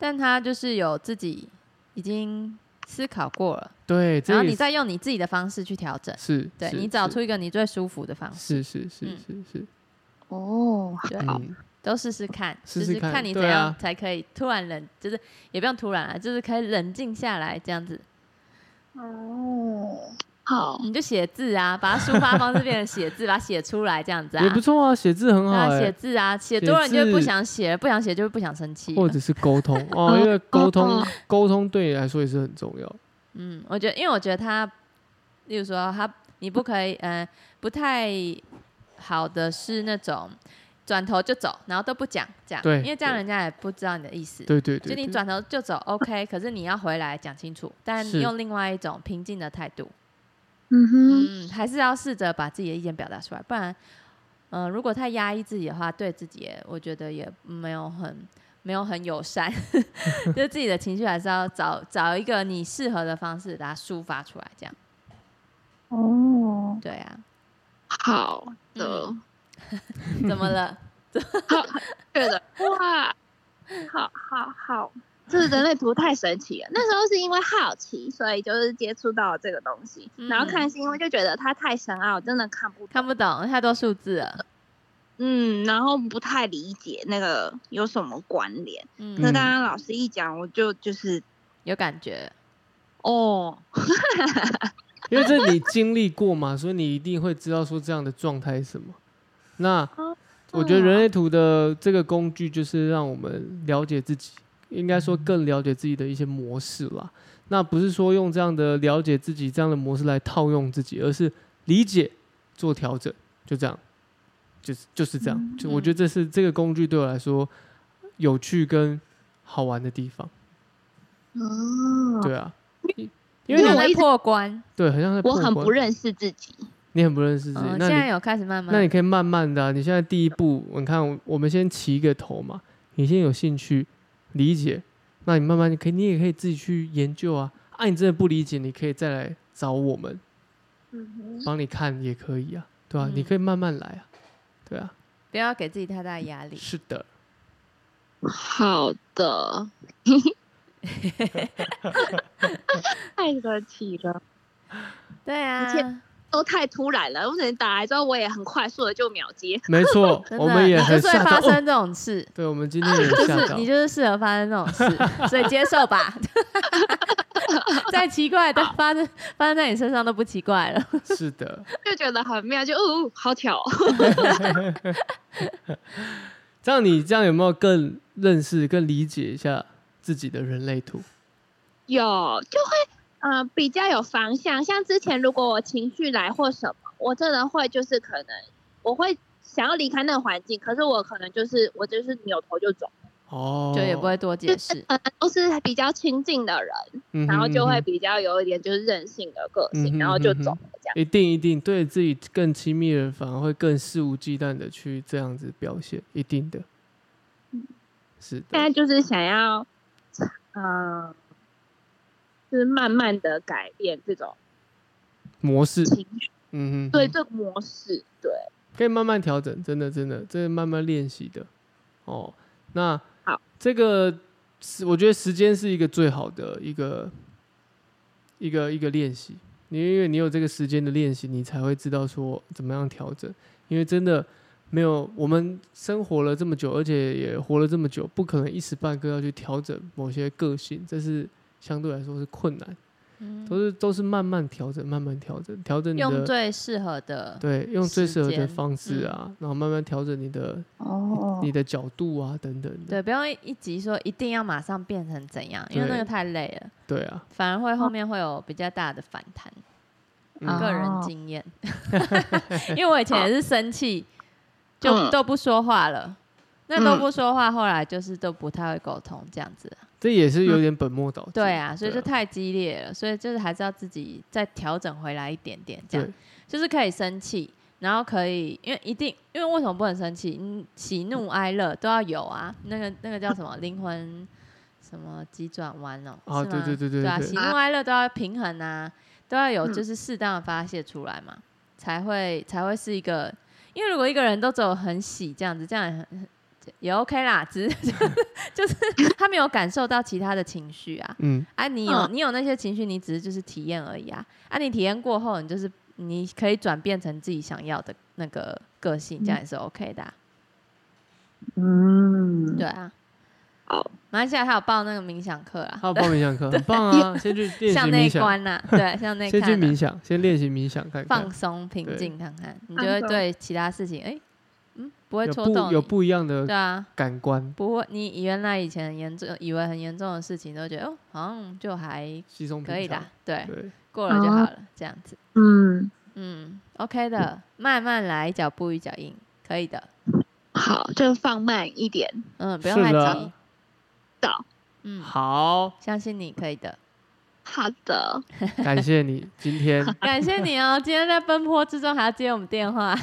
Speaker 2: 但他就是有自己已经思考过了，
Speaker 1: 对，这
Speaker 2: 然后
Speaker 1: 也
Speaker 2: 你再用你自己的方式去调整。
Speaker 1: 是，
Speaker 2: 对
Speaker 1: 是
Speaker 2: 你找
Speaker 1: 是
Speaker 2: 出一个你最舒服的方式，
Speaker 1: 是是是
Speaker 2: 嗯
Speaker 1: 是是，
Speaker 5: 哦，
Speaker 2: 对，
Speaker 1: 嗯，
Speaker 2: 都试试看，
Speaker 1: 试
Speaker 2: 就是
Speaker 1: 试看
Speaker 2: 看你怎
Speaker 1: 对
Speaker 2: 样
Speaker 1: 啊
Speaker 2: 才可以突然冷，就是也不用突然啊，就是可以冷静下来这样子。
Speaker 5: 嗯哦，好，
Speaker 2: 你就写字啊，把它抒发方式变成写字，把它写出来这样子啊
Speaker 1: 也。不错啊，写字很
Speaker 2: 对
Speaker 1: 好
Speaker 2: 啊，
Speaker 1: 哎、
Speaker 2: 写字啊，写
Speaker 1: 写
Speaker 2: 多了你就会不
Speaker 1: 字
Speaker 2: 想写，不想写嗯就会不想生气
Speaker 1: 或
Speaker 2: 了。
Speaker 1: 者是沟通哦，
Speaker 2: [LAUGHS]
Speaker 1: 因为沟通
Speaker 5: 哦
Speaker 1: 沟通对你来说也是很重要。
Speaker 2: 嗯，我觉得，因为我觉得他，例如说他，你不可以，嗯、不太好的是那种转头就走，然后都不讲这样，
Speaker 1: 对
Speaker 2: 因为这样
Speaker 1: 对
Speaker 2: 人家也不知道你的意思。
Speaker 1: 对对
Speaker 2: 就
Speaker 1: 对
Speaker 2: 你
Speaker 1: 对
Speaker 2: 转头就走，OK，可是你要回来讲清楚，但
Speaker 1: 是
Speaker 2: 用另外一种平静的态度，
Speaker 5: 嗯哼，
Speaker 2: 嗯，还是要试着把自己的意见表达出来，不然，嗯、如果太压抑自己的话，对自己也我觉得也没有很 [LAUGHS] 没有很友善， [LAUGHS] 就是自己的情绪还是要找找一个你适合的方式把它抒发出来，这样
Speaker 5: 哦，
Speaker 2: 对啊，
Speaker 5: 好
Speaker 2: 的，怎么了？
Speaker 5: 对的，嗯 [LAUGHS] 哇，好好好，这人类图太神奇了。那时候是因为好奇，所以就是接触到了这个东西，
Speaker 2: 嗯
Speaker 5: 然后看是因为就觉得它太深奥，真的看不懂
Speaker 2: 看不懂太多数字了，
Speaker 5: 嗯，然后不太理解那个有什么关联。那
Speaker 2: [LAUGHS] 嗯，
Speaker 5: 刚刚老师一讲，我就就是
Speaker 2: 有感觉，
Speaker 5: 哦，
Speaker 1: 因为这你经历过嘛，所以你一定会知道说这样的状态是什么。那
Speaker 5: 哦
Speaker 1: 我觉得人类图的这个工具就是让我们了解自己，应该
Speaker 5: 嗯
Speaker 1: 说更了解自己的一些模式啦。那不是说用这样的了解自己这样的模式来套用自己，而是理解做调整，就这样，就是就是这
Speaker 5: 嗯
Speaker 1: 样。就我觉得这是这个工具对我来说有趣跟好玩的地方。
Speaker 5: 哦，
Speaker 1: 对啊，因因
Speaker 5: 因
Speaker 1: 为
Speaker 5: 为
Speaker 1: 你
Speaker 5: 我
Speaker 2: 在
Speaker 5: 一直
Speaker 2: 破关，
Speaker 1: 对，很像在破
Speaker 5: 我很
Speaker 1: 关
Speaker 5: 不认识自己，
Speaker 1: 你很不认识自己，
Speaker 2: 嗯，
Speaker 1: 那
Speaker 2: 现
Speaker 1: 你
Speaker 2: 在有开始慢慢，
Speaker 1: 那你可以慢慢的啊、你现在第一步，你看我我们先起一个头嘛，你先有兴趣理解，那你慢慢你可以，你也可以自己去研究啊。啊，你真的不理解，你可以再来找我们
Speaker 5: 嗯
Speaker 1: 帮你看也可以啊，对吧、
Speaker 2: 嗯
Speaker 1: 你可以慢慢来啊，对啊，
Speaker 2: 不要给自己太大的压力。
Speaker 1: 是的，
Speaker 5: 好 [LAUGHS] 的，太神奇了，
Speaker 2: 对啊
Speaker 5: 而，且都太突然了。我可能打来之后，我也很快速的就秒接，
Speaker 1: 没错
Speaker 2: [LAUGHS] 真，的，
Speaker 1: 我们也
Speaker 2: 你
Speaker 1: 很
Speaker 2: 就是
Speaker 1: 吓
Speaker 2: 会
Speaker 1: 到
Speaker 2: 发。
Speaker 1: 哦
Speaker 2: 生这种事，
Speaker 1: 对，我们今天也
Speaker 2: 就
Speaker 1: 吓
Speaker 2: 是
Speaker 1: 到
Speaker 2: 你。 [LAUGHS] 就是适合发生这种事，所以接
Speaker 1: [LAUGHS]
Speaker 2: 受吧。再奇怪的发生发生在你身上都不奇怪了。
Speaker 1: 是的，
Speaker 5: 就觉得很妙，就哦，哦好巧、哦。
Speaker 1: 这样你这样有没有更认识、更理解一下自己的人类图？
Speaker 5: 有就会呃比较有方向。像之前如果我情绪来或什么，我真的会就是可能我会想要离开那个环境，可是我可能就是我就是扭头就走，
Speaker 1: 哦，
Speaker 2: 就也不会多解
Speaker 1: [LAUGHS]
Speaker 2: 释。
Speaker 5: 可能都是比较亲近的人，
Speaker 1: 嗯哼，
Speaker 5: 然后就
Speaker 1: 嗯
Speaker 5: 会
Speaker 1: 哼
Speaker 5: 比较有一点就是任性的个
Speaker 1: 嗯
Speaker 5: 性，
Speaker 1: 哼
Speaker 5: 然后就走
Speaker 1: 嗯
Speaker 5: 了这样。
Speaker 1: 一定一定，对自己更亲密的人反而会更肆无忌惮的去这样子表现，一定的。是
Speaker 5: 现在
Speaker 1: 的，
Speaker 5: 就是想要，嗯、就是慢慢的改变这种
Speaker 1: 模式，
Speaker 5: 情绪，
Speaker 1: 嗯哼，
Speaker 5: 对
Speaker 1: 嗯，
Speaker 5: 这个模式，对，
Speaker 1: 可以慢慢调整，真的真的，这是慢慢练习的。哦，那
Speaker 5: 好，
Speaker 1: 这个是我觉得时间是一个最好的一个一个一个练习，你因为你有这个时间的练习，你才会知道说怎么样调整。因为真的没有我们生活了这么久，而且也活了这么久，不可能一时半刻要去调整某些个性，这是相对来说是困难，
Speaker 2: 嗯
Speaker 1: 都是都是慢慢调整，慢慢调整，调整你
Speaker 2: 用
Speaker 1: 的。
Speaker 2: 最适合的，
Speaker 1: 对，用最
Speaker 2: 时
Speaker 1: 适合的
Speaker 2: 间嗯
Speaker 1: 方式啊，然后慢慢调整你的
Speaker 5: 哦
Speaker 1: 你的角度啊，等等的。
Speaker 2: 对，不用一急说一定要马上变成怎样，因为那
Speaker 1: 对
Speaker 2: 个太累了，
Speaker 1: 对啊，
Speaker 2: 反而会后面会有比较大的反弹。
Speaker 1: 嗯哦
Speaker 2: 个人
Speaker 5: 哦
Speaker 2: 经验， [LAUGHS] 因为我以前也是生气，就
Speaker 5: 嗯
Speaker 2: 都不说话了。那都
Speaker 5: 嗯
Speaker 2: 不说话，后来就是都不太会沟通这样子。
Speaker 1: 这也是有点本末倒置。
Speaker 2: 嗯对啊，所以就太激烈了，所以就是还是要自己再调整回来一点点，这样
Speaker 1: 对
Speaker 2: 就是可以生气，然后可以，因为一定，因为为什么不能生气？嗯，喜怒哀乐都要有啊。那个那个叫什么灵魂什么急转弯哦？
Speaker 1: 啊
Speaker 2: 是
Speaker 1: 对
Speaker 2: 吗
Speaker 1: 对对对
Speaker 2: 啊，
Speaker 1: 对嗯
Speaker 2: 喜怒哀乐都要平衡啊，都要有就是适当的发泄出来嘛，才会才会是一个。因为如果一个人都只有很喜这样子，这样也很很也 OK 啦，只是就是他没有感受到其他的情绪啊。
Speaker 1: 嗯，
Speaker 2: [LAUGHS] 啊，你有、你有那些情绪，你只是就是体验而已啊。啊，你体验过后，你就是你可以转变成自己想要的那个个性，这样也是 OK 的啊、
Speaker 5: 嗯
Speaker 2: 对啊，
Speaker 5: 好，
Speaker 2: 马来西亚他有报那个冥想课啊，
Speaker 1: 还有报冥想
Speaker 2: [LAUGHS]
Speaker 1: 课，很棒啊！先去练习
Speaker 2: 向内
Speaker 1: 冥想，
Speaker 2: 观呐、对，向内
Speaker 1: 先去
Speaker 2: 看、
Speaker 1: 冥
Speaker 2: 啊，
Speaker 1: 想，先练习冥想看看
Speaker 2: 放，松平
Speaker 1: 对
Speaker 2: 静看看，你就
Speaker 5: 放
Speaker 2: 会
Speaker 5: 松
Speaker 2: 对其他事情，哎、嗯，不会
Speaker 1: 有
Speaker 2: 戳
Speaker 1: 不
Speaker 2: 动
Speaker 1: 有
Speaker 2: 你
Speaker 1: 不一样的
Speaker 2: 对啊。
Speaker 1: 感官，
Speaker 2: 不会，你原来以前很严重，以为很严重的事情，都觉得哦，好像就还
Speaker 1: 稀松平
Speaker 2: 可以
Speaker 1: 常
Speaker 2: 的，对，
Speaker 1: 对，
Speaker 2: 过了就
Speaker 5: 哦
Speaker 2: 好了，这样子。
Speaker 5: 嗯，
Speaker 2: 嗯，OK 的，慢慢来，一脚步一脚印，可以的。
Speaker 5: 好，就放慢一点。
Speaker 2: 嗯，不
Speaker 1: 是
Speaker 2: 用太急
Speaker 1: 的。
Speaker 5: 的，
Speaker 2: 嗯，
Speaker 1: 好，
Speaker 2: 相信你可
Speaker 1: [LAUGHS]
Speaker 2: 以的。
Speaker 5: 好的，
Speaker 1: 感谢你今天，
Speaker 2: 感谢你哦，今天在奔波之中还要接我们电话，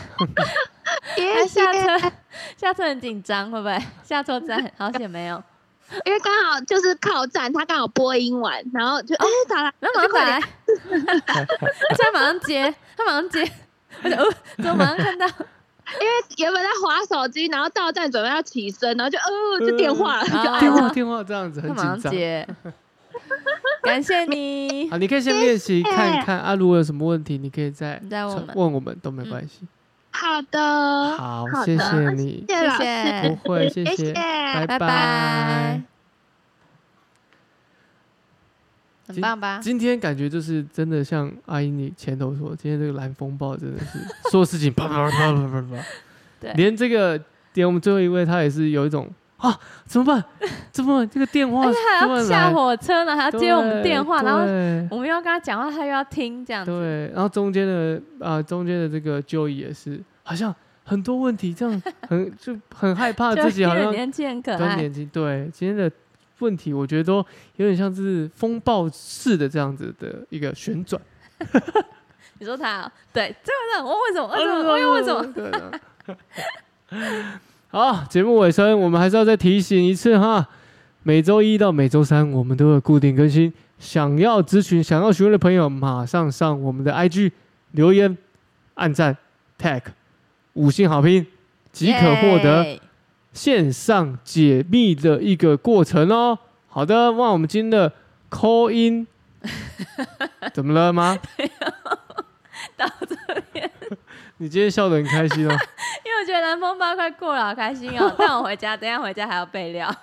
Speaker 5: 谢
Speaker 2: 哎
Speaker 5: 谢。
Speaker 2: 下车 [LAUGHS] 下车很紧张，会不会？下错站，好险没有。
Speaker 5: 因为刚好就是靠站，他刚好播音完，然后就
Speaker 2: 哦
Speaker 5: 哎、打了，
Speaker 2: 然后马上打来，
Speaker 1: [LAUGHS]
Speaker 2: 而且他马上接，他马上接，我就哦，怎么马上看到？
Speaker 5: 因为原本在划手机，然后到站准备要起身，然后就哦， [LAUGHS]
Speaker 1: 嗯
Speaker 5: 就电话了。
Speaker 2: [LAUGHS] 啊
Speaker 1: 电话电话这样子
Speaker 2: 他
Speaker 1: 很
Speaker 2: 马
Speaker 1: 紧
Speaker 2: 上
Speaker 1: 张
Speaker 2: 接。感
Speaker 1: [LAUGHS]
Speaker 2: 谢你，
Speaker 1: 啊，你可以先练习看看啊，如果有什么问题，你可以再
Speaker 2: 你再问我们
Speaker 1: 问我们都没关系。
Speaker 5: 好的，
Speaker 1: 好，
Speaker 5: 好
Speaker 1: 谢
Speaker 5: 的
Speaker 1: 谢你，
Speaker 5: 谢老
Speaker 2: 谢
Speaker 5: 师，
Speaker 2: 谢
Speaker 1: 不会，谢
Speaker 5: 谢谢
Speaker 1: 拜
Speaker 2: 拜拜。很棒吧？
Speaker 1: 今天感觉就是真的像阿英你前头说，今天这个蓝风暴真的是所有事情啪啪啪啪啪啪啪，
Speaker 2: [LAUGHS] 对
Speaker 1: 连这个连我们最后一位他也是有一种啊怎么办？怎么办这个电话
Speaker 2: 而且还
Speaker 1: 怎么
Speaker 2: 要
Speaker 1: 来
Speaker 2: 下火车呢，还要接我们
Speaker 1: 对
Speaker 2: 电话，然后
Speaker 1: 对
Speaker 2: 我们又要跟他讲话，他又要听这样子。
Speaker 1: 对，然后中间的啊、中间的这个 Joey 也是好像很多问题，这样很就很害怕
Speaker 2: [LAUGHS] 就
Speaker 1: 自己好
Speaker 2: 因为
Speaker 1: 像
Speaker 2: 年纪很可
Speaker 1: 都
Speaker 2: 爱，
Speaker 1: 年轻，对今天的问题，我觉得都有点像是风暴式的这样子的一个旋转。
Speaker 2: 你说他哦对，这个人我为什么为什
Speaker 1: 哦哎
Speaker 2: 么我又为什 [LAUGHS] 么？
Speaker 1: 对的。好，节目尾声，我们还是要再提醒一次哈，每周一到每周三我们都有固定更新。想要咨询、想要询问的朋友，马上上我们的 IG 留言、按赞、tag、五星好评，即可获得
Speaker 2: Yay
Speaker 1: 线上解密的一个过程哦。好的，那我们今天的 call
Speaker 2: [LAUGHS]
Speaker 1: in 怎么了吗？
Speaker 2: 到这边，
Speaker 1: 你今天笑得很开心哦。
Speaker 2: 因为我觉得南风暴快过了，好开心
Speaker 1: [LAUGHS]
Speaker 2: 哦。但我回家，等一下回家还要备料，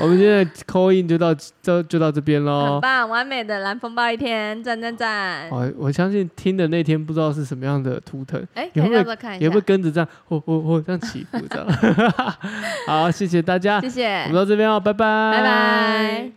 Speaker 1: 我们今天的 call in 就到就就到这边喽
Speaker 2: [LAUGHS] 很。棒，完美的蓝风暴一天，赞赞赞！
Speaker 1: 哦，我相信听的那天不知道是什么样的图腾，
Speaker 2: 哎，
Speaker 1: 也
Speaker 2: 可以
Speaker 1: 会
Speaker 2: 让我看一
Speaker 1: 也
Speaker 2: 下
Speaker 1: 会，跟着这样，吼吼吼这样起
Speaker 2: [LAUGHS]
Speaker 1: 伏这样。好，谢谢大家，
Speaker 2: 谢
Speaker 1: 我
Speaker 2: 谢
Speaker 1: 们，到这边哦，拜拜，
Speaker 2: 拜拜。